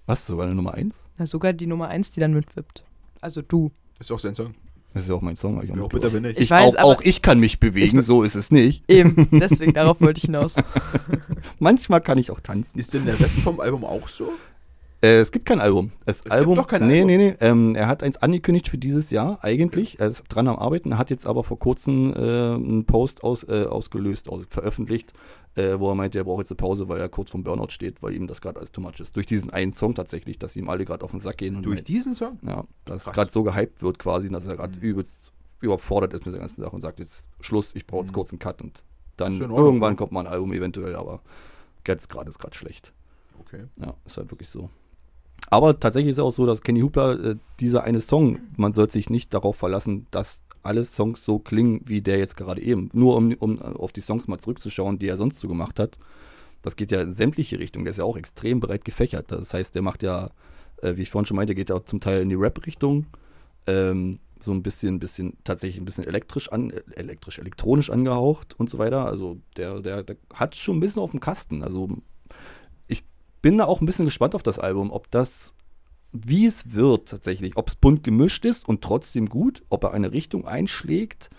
S2: Was, sogar eine Nummer 1?
S3: Na, sogar die Nummer 1, die dann mitwippt. Also du.
S4: Ist auch sein Song.
S2: Das ist ja auch mein Song. hab Ich auch
S4: Ja,
S2: mitgebracht.
S4: bitte, wenn nicht.
S3: Ich
S2: ich
S3: weiß,
S2: auch,
S3: aber-
S2: auch ich kann mich bewegen,
S3: Ich-
S2: so ist es nicht.
S3: Eben, deswegen, darauf wollte ich hinaus.
S2: Manchmal kann ich auch tanzen.
S4: Ist denn der Rest vom Album auch so?
S2: Äh, es gibt kein Album. Das
S4: gibt
S2: Album,
S4: doch kein
S2: nee,
S4: Album.
S2: nee, nee. Ähm, er hat eins angekündigt für dieses Jahr eigentlich. Er ist dran am Arbeiten, hat jetzt aber vor kurzem äh, einen Post aus, äh, ausgelöst, aus, veröffentlicht, äh, wo er meinte, er braucht jetzt eine Pause, weil er kurz vom Burnout steht, weil ihm das gerade alles too much ist. Durch diesen einen Song tatsächlich, dass ihm alle gerade auf den Sack gehen. Und
S4: Durch diesen Song?
S2: Ja, dass es
S4: Krass. Mhm.
S2: gerade so gehypt wird quasi, dass er gerade übelst überfordert ist mit der ganzen Sache und sagt, jetzt Schluss, ich brauche jetzt kurz einen Cut und dann
S4: Ist ja Mhm. in Ordnung,
S2: irgendwann
S4: ne?
S2: kommt mal ein Album eventuell, aber jetzt gerade ist gerade schlecht.
S4: Okay.
S2: Ja, ist halt wirklich so. Aber tatsächlich ist es auch so, dass Kenny Hoopla, äh, dieser eine Song, man sollte sich nicht darauf verlassen, dass alle Songs so klingen, wie der jetzt gerade eben. Nur um, um äh, auf die Songs mal zurückzuschauen, die er sonst so gemacht hat. Das geht ja in sämtliche Richtungen. Der ist ja auch extrem breit gefächert. Das heißt, der macht ja, äh, wie ich vorhin schon meinte, geht ja auch zum Teil in die Rap-Richtung. Ähm, so ein bisschen, bisschen, tatsächlich ein bisschen elektrisch an, äh, elektrisch, elektronisch angehaucht und so weiter. Also der, der, der hat schon ein bisschen auf dem Kasten. Also ich bin da auch ein bisschen gespannt auf das Album, ob das, wie es wird tatsächlich, ob es bunt gemischt ist und trotzdem gut, ob er eine Richtung einschlägt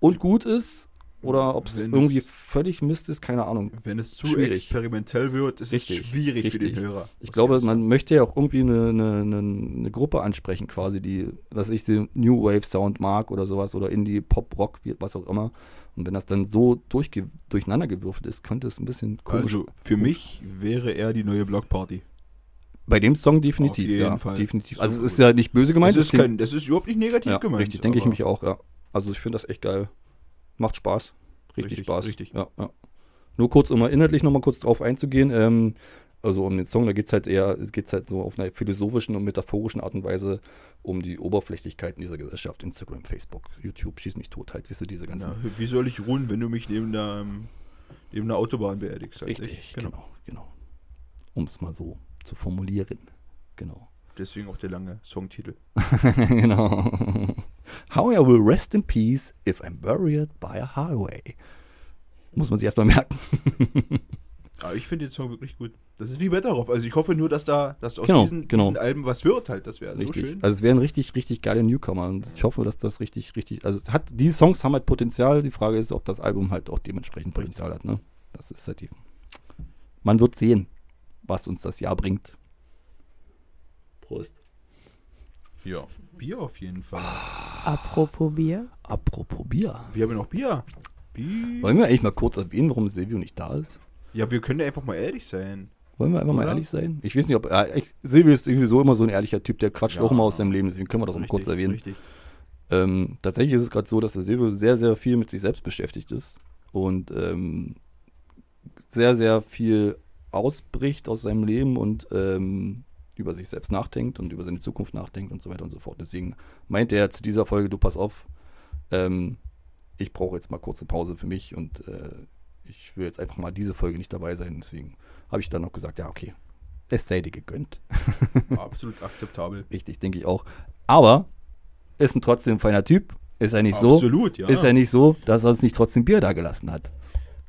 S2: und gut ist oder ob es
S4: Wenn's-
S2: irgendwie völlig Mist ist, keine Ahnung.
S4: Wenn es zu
S2: Schwierig.
S4: experimentell wird, ist es
S2: Richtig,
S4: schwierig für
S2: richtig.
S4: den Hörer. Also,
S2: Ich
S4: Muss
S2: glaube,
S4: ehrlich sagen.
S2: man möchte ja auch irgendwie eine, eine, eine, eine Gruppe ansprechen, quasi, die, was ich, den New Wave Sound mag oder sowas oder Indie, Pop, Rock, wie- was auch immer. Und wenn das dann so durchge durcheinander gewürfelt ist, könnte es ein bisschen komisch.
S4: Also, für mich wäre er die neue Blockparty.
S2: Bei dem Song definitiv,
S4: Auf jeden
S2: ja.
S4: Fall.
S2: Definitiv.
S4: So
S2: Also, es ist
S4: gut.
S2: ja nicht böse gemeint.
S4: Das ist,
S2: es klingt-
S4: kein, das ist überhaupt nicht negativ
S2: ja,
S4: gemeint.
S2: Richtig, denke ich
S4: aber
S2: mich auch, ja. Also ich finde das echt geil. Macht Spaß. Richtig,
S4: Richtig,
S2: Spaß.
S4: richtig.
S2: Ja, ja. Nur kurz, um mal inhaltlich nochmal kurz drauf einzugehen, ähm, also um den Song, da geht es halt eher, es geht halt so auf einer philosophischen und metaphorischen Art und Weise um die Oberflächlichkeiten dieser Gesellschaft. Instagram, Facebook, YouTube, schieß mich tot, halt, wisst ihr, diese ganzen.
S4: Na, wie soll ich ruhen, wenn du mich neben der, ähm, neben der Autobahn beerdigst? halt
S2: richtig,
S4: nicht?
S2: genau, genau. Um es mal so zu formulieren. Genau.
S4: Deswegen auch der lange Songtitel.
S2: *laughs* genau. How I will rest in peace if I'm buried by a highway. Muss man sich erstmal merken.
S4: Aber ich finde den Song wirklich gut. Das ist wie Better drauf. Also ich hoffe nur, dass da dass aus
S2: Genau,
S4: diesen,
S2: genau.
S4: diesen Alben was wird halt. Das wäre so
S2: Richtig.
S4: schön.
S2: also es wären richtig, richtig geile Newcomer und ich hoffe, dass das richtig, richtig, also es hat, die Songs haben halt Potenzial, die Frage ist, ob das Album halt auch dementsprechend Potenzial hat, ne? Das ist halt die, man wird sehen, was uns das Jahr bringt. Prost.
S4: Ja. Bier auf jeden Fall.
S3: Apropos Bier.
S2: Apropos Bier.
S4: Wir haben ja noch Bier. Bier.
S2: Wollen wir eigentlich mal kurz erwähnen, warum Silvio nicht da ist?
S4: Ja, wir können ja einfach mal ehrlich sein.
S2: Wollen wir einfach mal
S4: Oder?
S2: ehrlich sein? Ich weiß nicht, ob, äh, ich, Silvio ist sowieso immer so ein ehrlicher Typ, der quatscht
S4: Ja.
S2: auch immer aus seinem Leben, deswegen können wir das auch mal
S4: Richtig, *laughs*
S2: kurz erwähnen.
S4: Richtig.
S2: Ähm, tatsächlich ist es gerade so, dass der Silvio sehr, sehr viel mit sich selbst beschäftigt ist und ähm, sehr, sehr viel ausbricht aus seinem Leben und ähm, über sich selbst nachdenkt und über seine Zukunft nachdenkt und so weiter und so fort. Deswegen meinte er zu dieser Folge, du pass auf, ähm, ich brauche jetzt mal kurze Pause für mich und äh, ich will jetzt einfach mal diese Folge nicht dabei sein. Deswegen habe ich dann noch gesagt, ja, okay, es sei dir gegönnt.
S4: Absolut akzeptabel.
S2: Richtig, denke ich auch. Aber ist ein trotzdem feiner Typ. Ist er nicht so?
S4: Absolut, ja.
S2: Ist ja nicht so, dass er uns nicht trotzdem Bier da gelassen hat.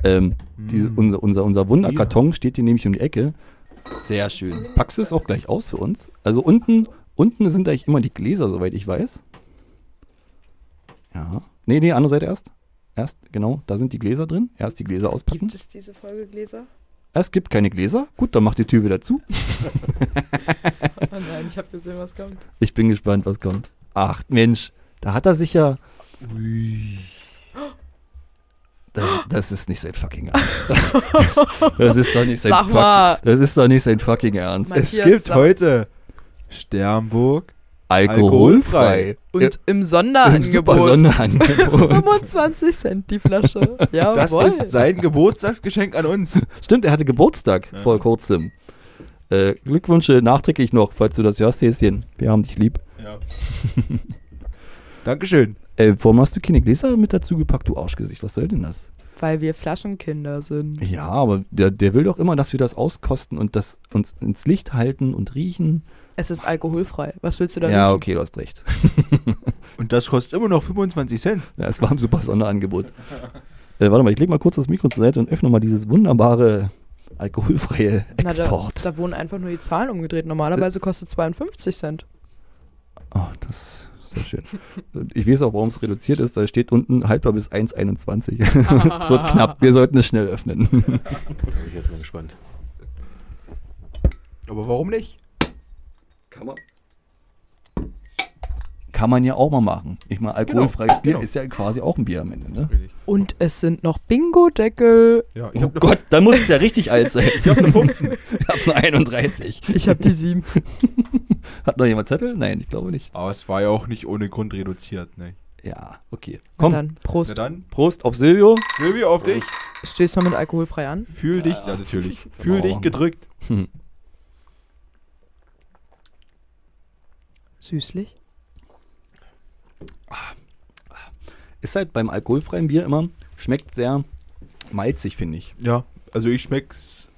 S2: Ähm,
S4: Hm.
S2: diese, unser, unser, unser Wunderkarton steht hier nämlich um die Ecke. Sehr schön. Packst du es auch gleich aus für uns? Also unten, unten sind eigentlich immer die Gläser, soweit ich weiß. Ja. Nee, nee, andere Seite erst. Erst, genau, da sind die Gläser drin. Erst die Gläser auspacken.
S3: Gibt es diese Folge Gläser?
S2: Es gibt keine Gläser. Gut, dann macht die Tür wieder zu.
S3: Oh nein, ich habe gesehen, was kommt.
S2: Ich bin gespannt, was kommt. Ach, Mensch, da hat er sich ja. Das, das ist nicht sein fucking Ernst. *laughs* Das
S3: *laughs*
S2: ist doch nicht sein,
S3: Sag mal.
S2: fuck, das ist doch nicht sein fucking Ernst.
S3: Matthias,
S4: es gibt
S3: sag-
S4: heute Sternburg.
S2: Alkoholfrei.
S3: Und
S2: Ja,
S3: im
S2: im super
S3: Sonderangebot. *laughs*
S2: Sonderangebot.
S3: 25 Cent
S2: *laughs*
S3: die Flasche.
S4: Das
S3: Jawohl.
S4: ist sein Geburtstagsgeschenk an *laughs* uns.
S2: Stimmt, er hatte Geburtstag vor kurzem. Äh, Glückwünsche nachträglich noch, falls du das hörst, Häschen. Wir haben dich lieb.
S4: *laughs* Dankeschön.
S2: Äh, warum hast du keine Gläser mit dazu gepackt, du Arschgesicht? Was soll denn das?
S3: Weil wir Flaschenkinder sind.
S2: Ja, aber der, der will doch immer, dass wir das auskosten und das uns ins Licht halten und riechen.
S3: Es ist alkoholfrei. Was willst du da
S2: ja,
S3: riechen?
S2: okay, du hast recht.
S4: Und das kostet immer noch 25 Cent.
S2: Ja, es war ein super Sonderangebot. Äh, warte mal, ich lege mal kurz das Mikro zur Seite und öffne mal dieses wunderbare alkoholfreie
S3: Na, da,
S2: Export.
S3: da wurden einfach nur die Zahlen umgedreht. Normalerweise kostet 52 Cent.
S2: oh, das ist sehr schön. Ich weiß auch, warum es reduziert ist, weil es steht unten haltbar bis 1,21. *laughs* Wird knapp, wir sollten es schnell öffnen.
S1: Da bin ich jetzt mal gespannt.
S4: Aber warum nicht?
S2: Kann man. Kann man ja auch mal machen. Ich meine, alkoholfreies Bier
S4: genau.
S2: ist ja quasi auch ein Bier am Ende, ne?
S3: Und es sind noch Bingo-Deckel.
S4: Ja, ich
S2: Oh
S4: hab ne-
S2: Gott, dann muss es ja richtig alt sein.
S4: *laughs* ich hab eine 15.
S2: Ich habe nur 31.
S3: Ich habe die sieben.
S2: *laughs* Hat noch jemand Zettel? Nein, ich glaube nicht.
S4: Aber Ah, es war ja auch nicht ohne Grund reduziert. Ne?
S2: Ja, okay.
S3: Und
S2: Komm,
S3: dann, Prost.
S4: Na dann,
S2: Prost auf Silvio.
S4: Silvi, auf dich.
S3: Stößt mal mit alkoholfrei an.
S4: Fühl dich, ja natürlich, *laughs* Genau. fühl dich gedrückt.
S3: Süßlich.
S2: Ist halt beim alkoholfreien Bier immer, schmeckt sehr malzig, finde ich.
S4: Ja, also ich schmeck's,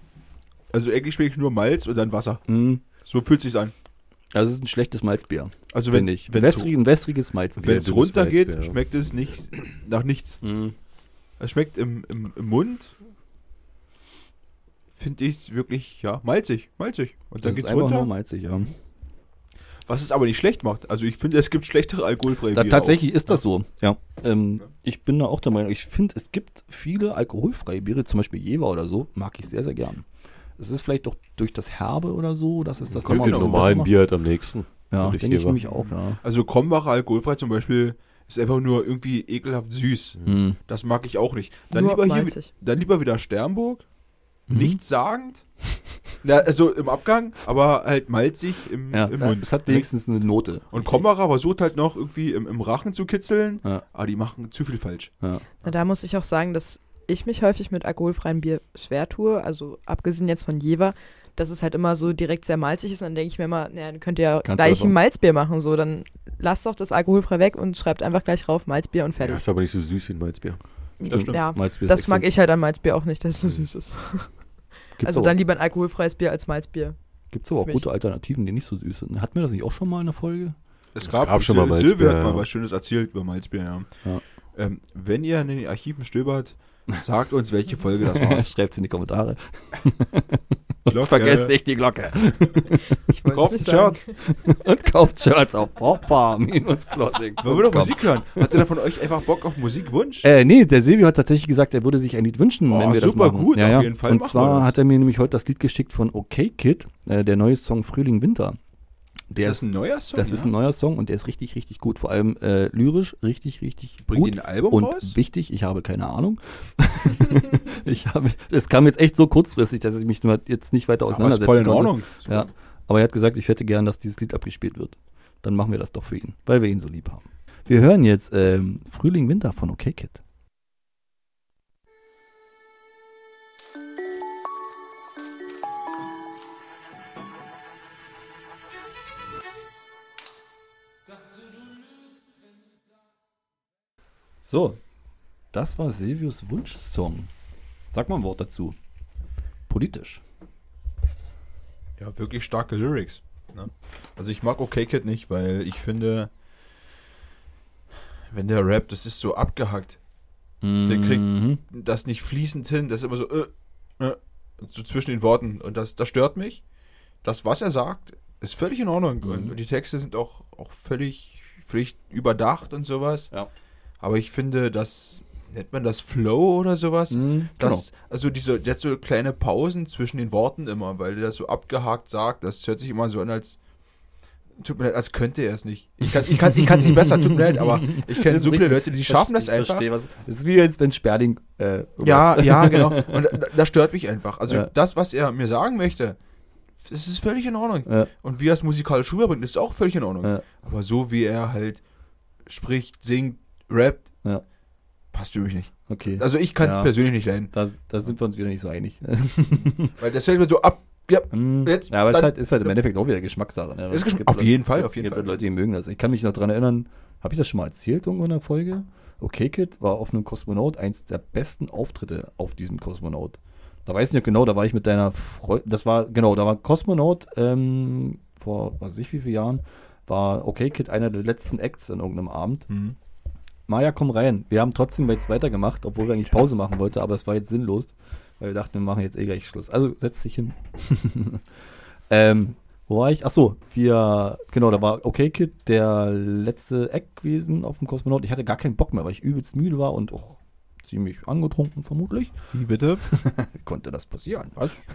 S4: also eigentlich schmeck ich nur Malz und dann Wasser.
S2: Mhm.
S4: So fühlt sich's an.
S2: Also es ist ein schlechtes Malzbier,
S4: Also wenn
S2: finde
S4: es
S2: ich. Ein wässrig, ein wässriges Malzbier. halt-
S1: Wenn's-
S4: wenn's
S1: dünnes
S4: runtergeht,
S1: Malzbier, ja.
S4: schmeckt es nicht nach nichts.
S2: Mhm.
S4: Es schmeckt im, im, im Mund, finde ich wirklich, ja, malzig, malzig. Und
S2: Das
S4: dann
S2: ist
S4: geht's
S2: einfach
S4: runter,
S2: nur malzig, ja.
S4: was es aber nicht schlecht macht. Also ich finde, es gibt schlechtere alkoholfreie
S2: Da,
S4: Biere
S2: tatsächlich ist das so. Ja. Ähm, ich bin da auch der Meinung. Ich finde, es gibt viele alkoholfreie Biere, zum Beispiel Jever oder so, mag ich sehr, sehr gern. Es ist vielleicht doch durch das Herbe oder so, dass es das
S4: Könnte
S1: Mit dem
S2: nochmal ein
S4: Genau.
S2: bisschen
S1: normalen
S2: besser macht.
S1: Bier halt am nächsten.
S2: Ja,
S1: Würde
S2: denke ich
S1: hier
S2: nämlich auch, ja.
S4: auch. Also Krombacher alkoholfrei zum Beispiel ist einfach nur irgendwie ekelhaft süß.
S1: Mhm.
S2: Hm.
S4: Das mag ich auch nicht. Dann
S3: Nur
S4: lieber, hier,
S3: malzig.
S4: dann lieber wieder Sternburg.
S2: Mhm.
S4: Nichts sagend. Na, also im Abgang, aber halt malzig im,
S2: Ja,
S4: im
S2: ja,
S4: Mund.
S2: es hat wenigstens eine Note.
S4: Und Krombacher versucht halt noch irgendwie im, im Rachen zu kitzeln,
S2: Ja.
S4: aber die machen zu viel falsch.
S2: Ja.
S3: Na, da muss ich auch sagen, dass ich mich häufig mit alkoholfreiem Bier schwer tue. Also abgesehen jetzt von Jever, dass es halt immer so direkt sehr malzig ist. Und dann denke ich mir immer, naja, dann könnt ihr ja
S2: Kannst du
S3: gleich
S2: davon.
S3: ein Malzbier machen. So, dann lasst doch das alkoholfrei weg und schreibt einfach gleich rauf Malzbier und
S1: Ja,
S3: fertig.
S1: ist aber nicht so süß wie ein Malzbier.
S4: das stimmt.
S3: Ja,
S2: Malzbier ist
S3: das mag
S2: exzellent.
S3: ich halt an Malzbier auch nicht, dass es
S4: Mhm.
S3: süß ist.
S2: Gibt's
S3: also
S2: aber,
S3: dann lieber ein alkoholfreies Bier als Malzbier.
S2: gibt's aber auch
S3: für mich.
S2: gute Alternativen, die nicht so süß sind. Hatten wir das nicht auch schon mal in der Folge?
S4: Es
S1: gab schon mal
S4: Sil-
S1: Malzbier,
S4: Silvia hat
S1: ja.
S4: mal was Schönes erzählt über Malzbier, ja.
S2: Ja.
S4: Ähm, wenn ihr in den Archiven stöbert, sagt uns, welche Folge
S2: *laughs*
S4: das war.
S2: Schreibt's in die Kommentare.
S4: Glocke.
S2: Vergesst nicht die Glocke.
S3: Ich wollte es
S4: Kauft
S3: nicht
S4: ein
S3: sagen.
S2: Und kauft Shirts auf poppa-clothing.
S4: Wollen wir doch Musik hören? Hat einer von euch einfach Bock auf Musikwunsch?
S2: Äh, nee, der Silvio hat tatsächlich gesagt, er würde sich ein Lied wünschen,
S4: Oh,
S2: wenn wir
S4: super
S2: das machen.
S4: gut,
S2: ja,
S4: auf
S2: ja.
S4: jeden Fall
S2: Und
S4: machen wir
S2: zwar
S4: das.
S2: hat er mir nämlich heute das Lied geschickt von OK Kid, äh, der neue Song Frühling Winter. Der
S4: ist das ein neuer Song?
S2: Das ist ein neuer Song und der ist richtig, richtig gut. Vor allem äh, lyrisch richtig, richtig
S4: Bringt
S2: gut.
S4: ihr ein Album
S2: und
S4: raus?
S2: wichtig, ich habe keine Ahnung. *laughs* ich habe, es kam jetzt echt so kurzfristig, dass ich mich damit jetzt nicht weiter
S4: Aber ist
S2: auseinandersetzen
S4: voll in
S2: konnte.
S4: Ordnung.
S2: Ja, aber er hat gesagt, ich hätte gern, dass dieses Lied abgespielt wird. Dann machen wir das doch für ihn, weil wir ihn so lieb haben. Wir hören jetzt ähm, Frühling Winter von OK Kid. So, das war Silvius Wunschsong. Sag mal ein Wort dazu. Politisch.
S4: Ja, wirklich starke Lyrics. Ne? Also ich mag OK Kid nicht, weil ich finde, wenn der Rap, das ist so abgehackt. Der kriegt-
S2: Mhm.
S4: Das nicht fließend hin, das ist immer so, äh, äh, so zwischen den Worten. Und das, das stört mich. Das, was er sagt, ist völlig in Ordnung.
S2: Mhm.
S4: Und, und die Texte sind auch, auch völlig, völlig überdacht und sowas.
S2: Ja.
S4: Aber ich finde, das, nennt man das Flow oder sowas?
S2: Mhm,
S4: Das, Also diese jetzt so kleine Pausen zwischen den Worten immer, weil er das so abgehakt sagt, das hört sich immer so an, als tut mir leid, als könnte er es nicht. Ich kann es ich kann, ich kann's nicht besser, tut mir leid, aber
S2: *laughs*
S4: ich kenne so viele Leute, die schaffen das
S2: Ich
S4: einfach.
S2: verstehe, was. Das ist wie jetzt, wenn Sperding. Äh,
S4: Ja,
S2: *laughs*
S4: ja, genau. Und da- das stört mich einfach. Also
S2: Ja.
S4: das, was er mir sagen möchte, das ist völlig in Ordnung.
S2: Ja.
S4: Und wie er es musikalisch rüberbringt, ist auch völlig in Ordnung.
S2: Ja.
S4: Aber so wie er halt spricht, singt, rappt,
S2: Ja.
S4: passt für mich nicht.
S2: Okay.
S4: Also ich kann es
S2: Ja.
S4: persönlich nicht leiden.
S2: Da, da sind wir uns wieder nicht so einig. *laughs*
S4: Weil das hört mir so ab. Ja,
S2: Hm,
S4: Jetzt-
S2: ja, aber es ist
S4: dann-
S2: halt, ist halt im Endeffekt auch wieder Geschmackssache. Ne? Es
S4: Ist Geschm-
S2: gibt
S4: auf
S2: Leute-
S4: jeden Fall, auf jeden
S2: gibt
S4: Fall.
S2: Leute, die mögen das. Ich kann mich noch dran erinnern, habe ich das schon mal erzählt irgendwo in der Folge? Okay, Kid war auf einem Kosmonaut eins der besten Auftritte auf diesem Kosmonaut. Da weiß ich nicht genau, da war ich mit deiner Freundin, das war, genau, da war Kosmonaut ähm, vor, was weiß ich, wie vielen Jahren, war Okay Kid einer der letzten Acts in irgendeinem Abend.
S4: Mhm.
S2: Maja, komm rein. Wir haben trotzdem jetzt weitergemacht, obwohl wir eigentlich Pause machen wollten, aber es war jetzt sinnlos, weil wir dachten, wir machen jetzt eh gleich Schluss. Also setz dich hin. *laughs* ähm, wo war ich? Ach so, wir, genau, da war okay Kid, der letzte Eck gewesen auf dem Kosmonaut. Ich hatte gar keinen Bock mehr, weil ich übelst müde war und auch ziemlich angetrunken vermutlich.
S4: Wie bitte?
S2: Wie konnte das passieren?
S4: Was?
S2: *laughs*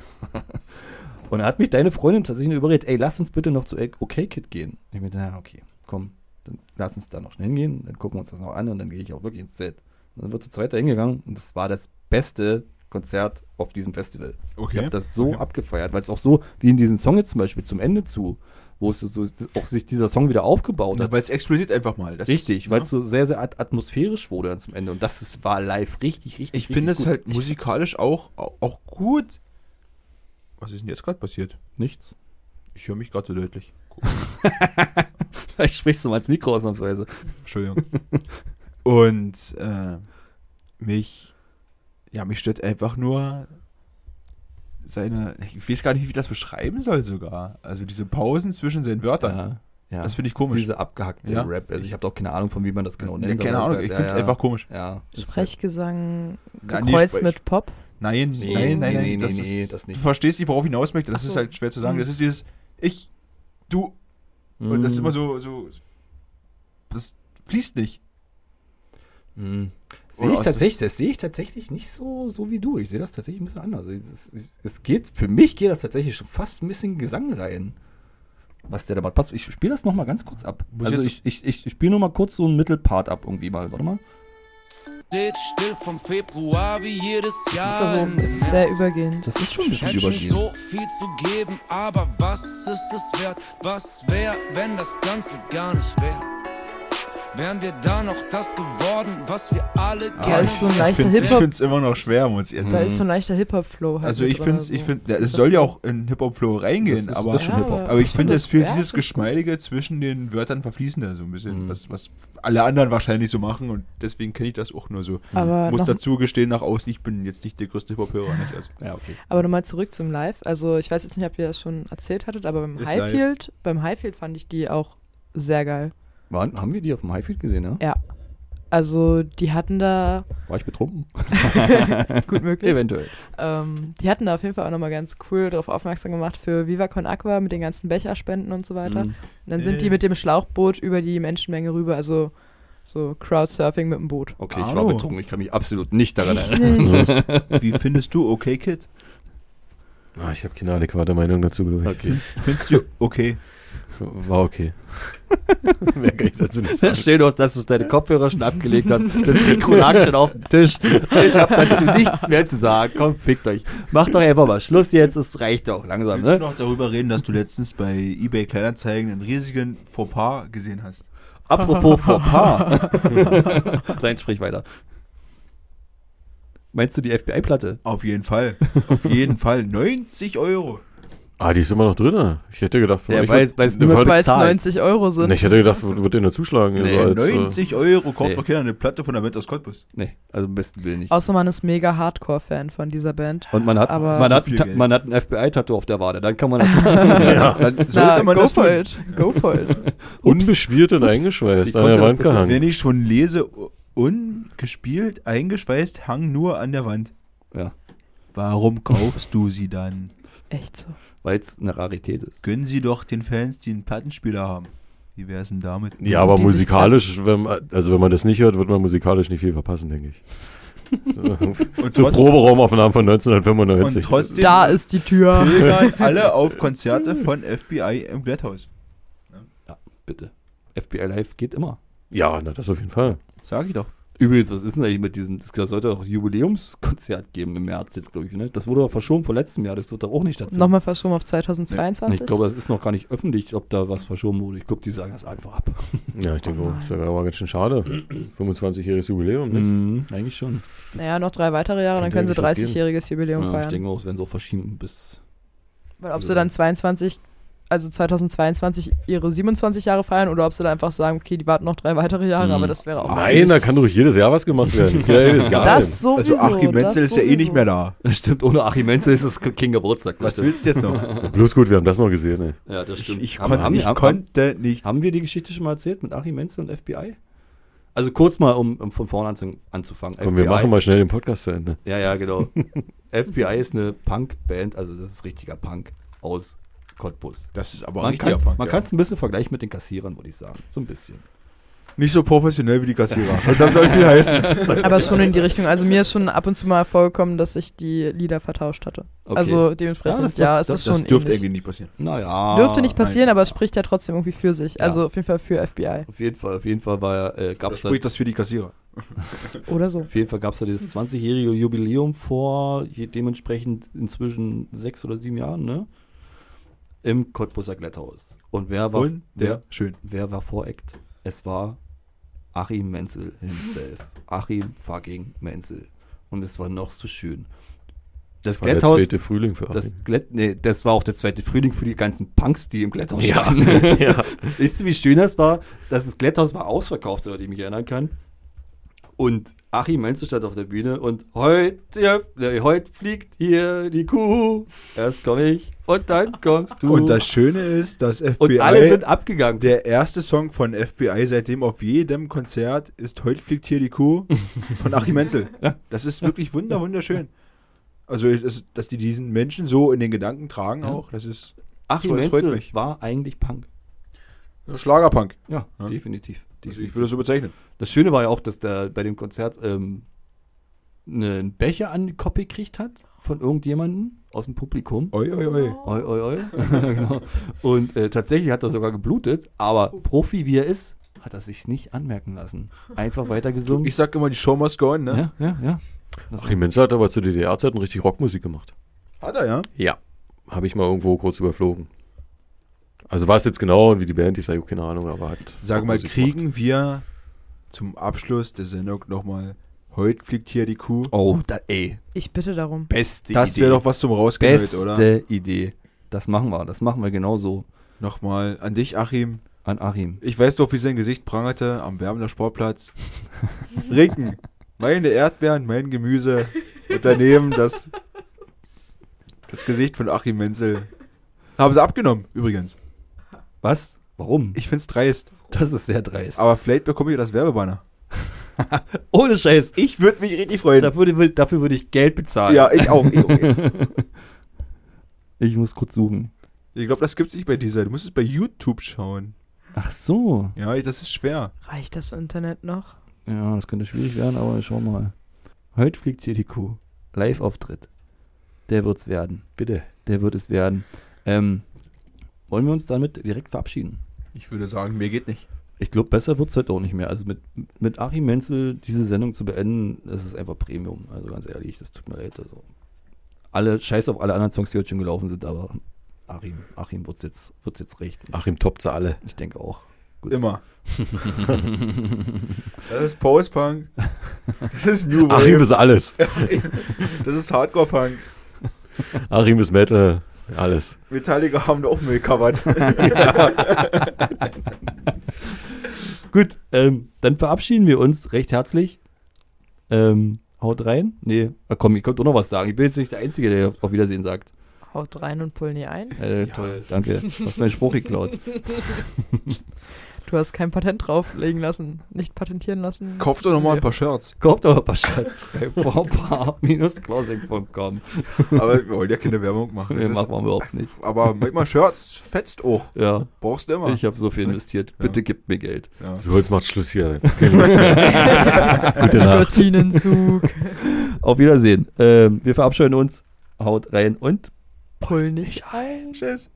S2: Und da hat mich deine Freundin tatsächlich nur überredet, ey, lass uns bitte noch zu okay Kid gehen. Und ich mir dachte, na, okay, komm, dann lass uns da noch schnell hingehen, dann gucken wir uns das noch an und dann gehe ich auch wirklich ins Zelt. Und dann wird zu zweit da hingegangen und das war das beste Konzert auf diesem Festival. Ich
S4: Okay.
S2: habe das so
S4: Okay.
S2: abgefeiert, weil es auch so, wie in diesem Song jetzt zum Beispiel zum Ende zu, wo es so, auch sich dieser Song wieder aufgebaut hat.
S4: Weil es explodiert einfach mal. Das
S2: Richtig,
S4: ist, ne?
S2: weil es so sehr, sehr at atmosphärisch wurde dann zum Ende. Und das ist, war live richtig, richtig.
S4: Ich finde
S2: richtig
S4: es
S2: gut.
S4: halt musikalisch auch, auch auch gut. Was ist denn jetzt gerade passiert?
S2: Nichts.
S4: Ich höre mich gerade so deutlich.
S2: *laughs* Ich sprichst du mal ins Mikro ausnahmsweise. *laughs*
S4: Entschuldigung. Und äh, mich, ja, mich stört einfach nur seine, ich weiß gar nicht, wie ich das beschreiben soll sogar. Also diese Pausen zwischen seinen Wörtern.
S2: Ah, ja.
S4: Das finde ich komisch.
S2: Diese abgehackte
S4: Ja.
S2: Rap. Also ich habe auch keine Ahnung, von wie man das genau nennt.
S4: keine
S2: aber
S4: Ahnung,
S2: es
S4: ich
S2: ist
S4: finde es
S2: halt- ja,
S4: einfach komisch.
S2: Ja. ja.
S3: Sprechgesang
S4: Ja, nee,
S3: gekreuzt
S4: Sprech-
S3: mit Pop.
S4: Nein,
S2: Nee, nee,
S4: nein, nein, nein,
S2: nee,
S4: das
S2: nee,
S4: ist,
S2: nee, das nicht.
S4: Du verstehst nicht, worauf ich hinaus möchte. Das
S3: Ach
S4: ist
S3: so.
S4: halt schwer zu sagen.
S3: Hm.
S4: Das ist dieses Ich, du, Und das ist
S2: Hm.
S4: immer so, so. Das fließt nicht.
S2: Mhm. Sehe
S4: Oder
S2: ich
S4: ist
S2: tatsächlich, das sehe ich tatsächlich nicht so, so wie du. Ich sehe das tatsächlich ein bisschen anders. Es, es, es geht, für mich geht das tatsächlich schon fast ein bisschen Gesang rein. Was der da macht. Pass, ich spiele das nochmal ganz kurz ab.
S4: Muss
S2: also ich,
S4: jetzt-
S2: ich, ich, ich spiele nochmal kurz so einen Mittelpart ab irgendwie mal. Warte mal.
S7: steht still vom Februar wie jedes Jahr. im
S3: Das ist sehr übergehend.
S2: Das ist schon ein bisschen
S7: Hätte
S2: übergehend.
S7: so viel zu geben, aber was ist es wert? Was wäre, wenn das Ganze gar nicht wäre? Wären wir da noch das geworden, was wir alle
S3: Da
S7: gerne
S3: ist so ein leichter
S4: Find's, ich
S3: Hip-Hop,
S4: find's immer noch schwer, muss ich
S2: Hm.
S3: da
S4: sagen.
S3: ist so ein leichter Hip-Hop-Flow halt
S4: Mhm. Also
S3: mit
S4: ich
S3: drin,
S4: find's, ich
S3: so.
S4: finde, es soll ja auch in Hip-Hop-Flow re
S2: Das
S4: reingehen,
S2: ist-
S4: aber.
S2: das ist schon Hip-Hop.
S4: aber ich
S3: Ja,
S4: finde, es fehlt
S3: ja,
S4: dieses Geschmeidige zwischen den Wörtern verfließen da so ein bisschen, was, was alle anderen wahrscheinlich so machen und deswegen kenne ich das auch nur so.
S3: Aber
S4: Muss
S3: noch-
S4: dazu gestehen, nach außen, ich bin jetzt nicht der größte Hip-Hop-Hörer, nicht? Also,
S2: Ja, okay.
S3: Aber nochmal zurück zum Live. Also ich weiß jetzt nicht, ob ihr das schon erzählt hattet, aber beim
S4: Ist live.
S3: Highfield, beim Highfield fand ich die auch sehr geil.
S2: Waren, haben wir die auf dem Highfield gesehen, ja?
S3: Ja. Also die hatten da, *laughs*
S2: War ich betrunken?
S3: gut möglich,
S2: Eventuell.
S3: ähm, die hatten da auf jeden Fall auch nochmal ganz cool darauf aufmerksam gemacht für Viva Con Aqua mit den ganzen Becherspenden und so weiter.
S2: Mhm.
S3: Und dann sind die
S4: Äh.
S3: mit dem Schlauchboot über die Menschenmenge rüber, also so Crowdsurfing mit dem Boot.
S2: Okay, ich war
S4: Hallo.
S2: betrunken. Ich kann mich absolut nicht daran erinnern.
S4: wie findest du Okay Kid?
S1: Ah, ich habe keine adäquate Meinung dazu, glaube ich.
S2: Okay.
S4: Findest du okay?
S1: War okay. Mehr kann ich dazu nicht
S2: Das ist schön aus, dass du deine Kopfhörer schon abgelegt hast. Das Mikro lag schon auf dem Tisch. Ich habe dazu nichts mehr zu sagen. Komm, fickt euch. Macht doch einfach mal Schluss jetzt. Es reicht doch langsam,
S4: Willst du
S2: ne?
S4: noch darüber reden, dass du letztens bei eBay Kleinanzeigen einen riesigen Fauxpas gesehen hast?
S2: Apropos Fauxpas. Nein, sprich weiter. Meinst du die FBI-Platte?
S4: Auf jeden Fall. Auf jeden *laughs* Fall. 90 Euro.
S1: Ah, die ist immer noch drin. Ich hätte gedacht, von
S2: Ja,
S1: euch
S2: weil
S1: wird-
S2: es- weil es
S1: ne,
S2: nur
S1: weil-
S2: bei-
S3: Weil es
S2: bezahlt.
S3: 90 Euro sind.
S1: ne, ich hätte gedacht, wird wird ihr nur zuschlagen.
S2: Nee,
S1: so als, äh,
S4: 90 Euro kauft
S2: nee.
S4: doch keiner eine Platte von Avengers Cottbus.
S2: Nee, also am besten will nicht.
S3: Außer man ist mega Hardcore-Fan von dieser Band.
S2: Und man hat,
S3: Aber-
S2: man,
S4: Zu
S2: hat,
S4: viel
S2: ta-
S4: Geld.
S2: man hat ein FBI-Tattoo auf der Wade. Dann kann man das machen.
S4: Dann sollte
S3: Na,
S4: man
S3: go
S4: das
S3: for
S4: tun.
S3: it. Go for it.
S4: *laughs*
S1: Unbespielt und
S2: Ups. Ich
S1: eingeschweißt, an
S2: konnte
S1: der
S2: das
S1: Wand
S2: besser.
S1: gehangen.
S4: Wenn ich schon lese, ungespielt, eingeschweißt, hang nur an der Wand.
S2: Ja.
S4: Warum kaufst du sie dann?
S3: Echt so.
S2: Weil es eine Rarität ist.
S4: Gönnen sie doch den Fans, die einen Plattenspieler haben. Wie wär's denn damit?
S1: Ja, aber
S3: Die sich
S1: musikalisch, wenn, man- also wenn man das nicht hört, wird man musikalisch nicht viel verpassen, denke *laughs* ich.
S4: Und,
S1: So
S4: trotz-
S1: Proberaumaufnahmen von
S4: und
S1: 1995.
S4: trotzdem
S3: Da ist die Tür.
S4: pilgern alle auf Konzerte von FBI im Glatthaus.
S2: Bitte. FBI Live geht immer.
S1: ja, na, das auf jeden Fall.
S4: Sag ich doch.
S2: Übrigens, was ist denn eigentlich mit diesem? Das sollte doch Jubiläumskonzert geben im März jetzt, glaube ich. Ne? Das wurde doch verschoben von letztem Jahr. Das wird doch auch nicht stattfinden.
S3: Nochmal verschoben auf
S2: Nee,
S3: 2022.
S2: Ich glaube, das ist noch gar nicht öffentlich, ob da was verschoben wurde. Ich glaube, die sagen das einfach ab.
S1: Ja, ich denke, auch, das wäre aber ganz schön schade. 25-jähriges Jubiläum, ne?
S2: Mhm, eigentlich schon.
S3: naja, noch drei weitere Jahre, dann
S1: Könnte
S3: können sie
S1: eigentlich was geben.
S3: 30-jähriges Jubiläum
S2: Ja, ich
S3: feiern.
S2: denke auch, es werden sie auch verschieben bis. *laughs*
S3: Weil ob sie dann 22, also 2022 ihre 27 Jahre feiern oder ob sie dann einfach sagen, okay, die warten noch drei weitere Jahre,
S2: Mhm.
S3: aber das wäre auch
S1: Oh Nein, da kann doch jedes Jahr was gemacht werden. Ich will ja jedes Jahr
S3: das sowieso.
S4: Also Achim
S3: Oh, das
S4: Menzel ist ja eh nicht mehr da.
S2: Stimmt, ohne Achim Menzel ist es kein Geburtstag.
S4: Was
S2: Leute.
S4: willst du jetzt *laughs* noch?
S1: hin. Bloß gut, wir haben das noch gesehen, ne? ey.
S2: Ja, das
S4: Ich,
S2: stimmt.
S4: ich,
S2: haben,
S4: konnte,
S2: haben,
S4: ich
S2: haben,
S4: konnte nicht.
S2: haben wir die Geschichte schon mal erzählt mit Achim Menzel und FBI? Also kurz mal, um, um von vorne anzu, anzufangen.
S1: Komm, wir machen mal schnell den Podcast zu Ende.
S2: Ja, ja, genau. *laughs* FBI ist eine Punk-Band, also das ist richtiger Punk aus Cottbus.
S4: Das ist aber
S2: Man
S4: richtiger
S2: kann es
S4: Fakt, ja.
S2: ein bisschen vergleichen mit den Kassierern, würde ich sagen. So ein bisschen.
S4: Nicht so professionell wie die Kassierer. *laughs* Und das soll viel heißen.
S3: Aber schon in die Richtung. Also mir ist schon ab und zu mal vorgekommen, dass ich die Lieder vertauscht hatte.
S2: Okay.
S3: Also
S2: Ja,
S3: dementsprechend,
S2: das-
S3: ja,
S2: das-
S3: es ist schon ähnlich.
S4: nicht passieren.
S2: naja.
S3: Dürfte nicht passieren,
S4: nein.
S3: aber es spricht ja trotzdem irgendwie für sich.
S2: Ja.
S3: Also auf jeden Fall für FBI.
S2: Auf jeden Fall, auf jeden Fall war, äh, gab's
S4: Das
S2: da,
S4: spricht das für die Kassierer.
S3: Oder so.
S2: auf jeden Fall gab's da dieses 20-jährige Jubiläum vor, je- dementsprechend inzwischen sechs oder sieben Jahren, ne? Im Cottbuser Glätterhaus. Und wer war,
S4: Und
S2: wer,
S4: der schön.
S2: wer war Voreact? Es war Achim Menzel himself. Achim fucking Menzel. Und es war noch so schön. Das
S1: War der
S2: Glätterhaus,
S1: zweite Frühling für
S2: Das,
S1: Achim.
S2: Glätt, nee, das war auch der zweite Frühling für die ganzen Punks, die im
S1: *laughs*
S2: Glätthaus
S1: Ja. *laughs*
S2: standen.
S1: Ja.
S2: Wisst ihr, wie schön das war? Das ist- Glätthaus war ausverkauft, soweit ich mich erinnern kann. Und Achim Menzel stand auf der Bühne und heute, nee, heute fliegt hier die Kuh. Erst komme ich und dann kommst du.
S4: Und das Schöne ist, dass
S2: Und
S4: FBI.
S2: alle sind abgegangen.
S4: der erste Song von FBI seitdem auf jedem Konzert ist Heute fliegt hier die Kuh von
S2: *laughs*
S4: Achim Menzel. Das ist wirklich wunder, wunderschön. Also, es ist, dass die diesen Menschen so in den Gedanken tragen
S2: Ja.
S4: auch, das ist
S2: Achim
S4: das freut
S2: Menzel
S4: mich.
S2: war eigentlich Punk.
S4: Schlagerpunk.
S2: Ja,
S4: Ja.
S2: definitiv.
S4: Also
S2: definitiv.
S4: ich würde das so bezeichnen.
S2: Das Schöne war ja auch, dass der bei dem Konzert ähm, einen Becher an die Koppe gekriegt hat von irgendjemandem aus dem Publikum.
S4: Oi, oi, oi.
S2: Oi, oi, oi. *laughs* genau. Und äh, tatsächlich hat er sogar geblutet, aber Profi wie er ist, hat er sich nicht anmerken lassen. Einfach weiter gesungen.
S4: Ich sag immer, die Show must go on, ne?
S2: ja, ja, ja. Das
S1: Achim Menzel hat aber zu DDR-Zeiten richtig Rockmusik gemacht.
S4: Hat er, ja.
S1: Ja, habe ich mal irgendwo kurz überflogen. Also was jetzt genau und wie die Band, ich sage keine Ahnung, aber halt.
S4: Sag mal,
S1: Rockmusik
S4: kriegen
S1: macht.
S4: wir zum Abschluss der Sendung nochmal Heute fliegt hier die Kuh?
S2: oh, da, ey,
S3: Ich bitte darum.
S2: beste
S4: Das
S2: Idee.
S4: wäre doch was zum Rausgehen heute,
S2: beste
S4: oder?
S2: Idee. Das machen wir, das machen wir genauso
S4: Nochmal an dich, Achim.
S2: an Achim.
S4: Ich weiß doch, wie sein Gesicht prangerte am Wärmender Sportplatz. Ricken, meine Erdbeeren, mein Gemüse. Und daneben das, das Gesicht von Achim Menzel. Haben sie abgenommen, übrigens.
S2: Was? Warum?
S4: Ich find's dreist.
S2: Das ist sehr dreist.
S4: Aber vielleicht bekomme ich das Werbebanner.
S2: Ohne Scheiß.
S4: Ich würde mich richtig freuen.
S2: Dafür, würde- dafür würde ich Geld bezahlen.
S4: Ja, ich auch. Ich, auch.
S2: Ich muss kurz suchen.
S4: ich glaube, das gibt's nicht bei dieser. Du musst es bei YouTube schauen.
S2: Ach so.
S4: Ja, das ist schwer.
S3: Reicht das Internet noch?
S2: Ja, das könnte schwierig werden, aber schau mal. Heute fliegt hier die Kuh. Live-Auftritt. Der wird's werden.
S1: Bitte.
S2: Der wird es werden. Ähm, wollen wir uns damit direkt verabschieden?
S4: Ich würde sagen, mir geht nicht.
S2: Ich glaube, besser wird's heute auch nicht mehr. Also mit, mit Achim Menzel diese Sendung zu beenden, das ist einfach Premium. Also ganz ehrlich, das tut mir leid. Also alle, scheiß auf alle anderen Songs, die heute schon gelaufen sind, aber Achim, Achim wird's jetzt, wird's jetzt recht.
S1: Achim toppt sie alle.
S2: Ich denke auch. Gut.
S4: Immer. das ist Post-Punk. Das ist New
S1: Achim ist
S4: Wave.
S1: alles.
S4: Das ist Hardcore-Punk.
S1: Achim ist Metal.
S4: *laughs*
S1: Alles.
S4: Metallica haben da auch Müll covered.
S2: Gut, *laughs* ähm, dann verabschieden wir uns recht herzlich. Ähm, haut rein. Nee, ah, komm, ihr könnt auch noch was sagen. Ich bin jetzt nicht der Einzige, der auf Wiedersehen sagt.
S3: Haut rein und pull nie ein.
S2: Äh, Toll, danke. Du hast meinen Spruch geklaut. *laughs*
S3: Du hast kein Patent drauflegen lassen, nicht patentieren lassen.
S4: *laughs* Kauft doch nochmal ein paar Shirts.
S2: Kommt aber ein paar Schatz bei vorpaar-closing.com.
S4: Aber wir wollen ja keine Werbung machen.
S2: Nee,
S4: Das
S2: machen wir überhaupt nicht.
S4: ist, aber manchmal Shirts fetzt auch.
S2: Ja,
S4: Brauchst
S3: Ah.
S4: du immer.
S2: ich habe so viel investiert. Bitte gib mir Geld.
S4: ja.
S1: So, jetzt macht Schluss hier. Keine Lust mehr.
S4: *laughs*
S1: Gute Nacht.
S3: Guillotinenzug.
S2: Auf Wiedersehen. Ähm, wir verabscheuen uns. Haut rein und
S3: Pull nicht ein.
S4: Tschüss.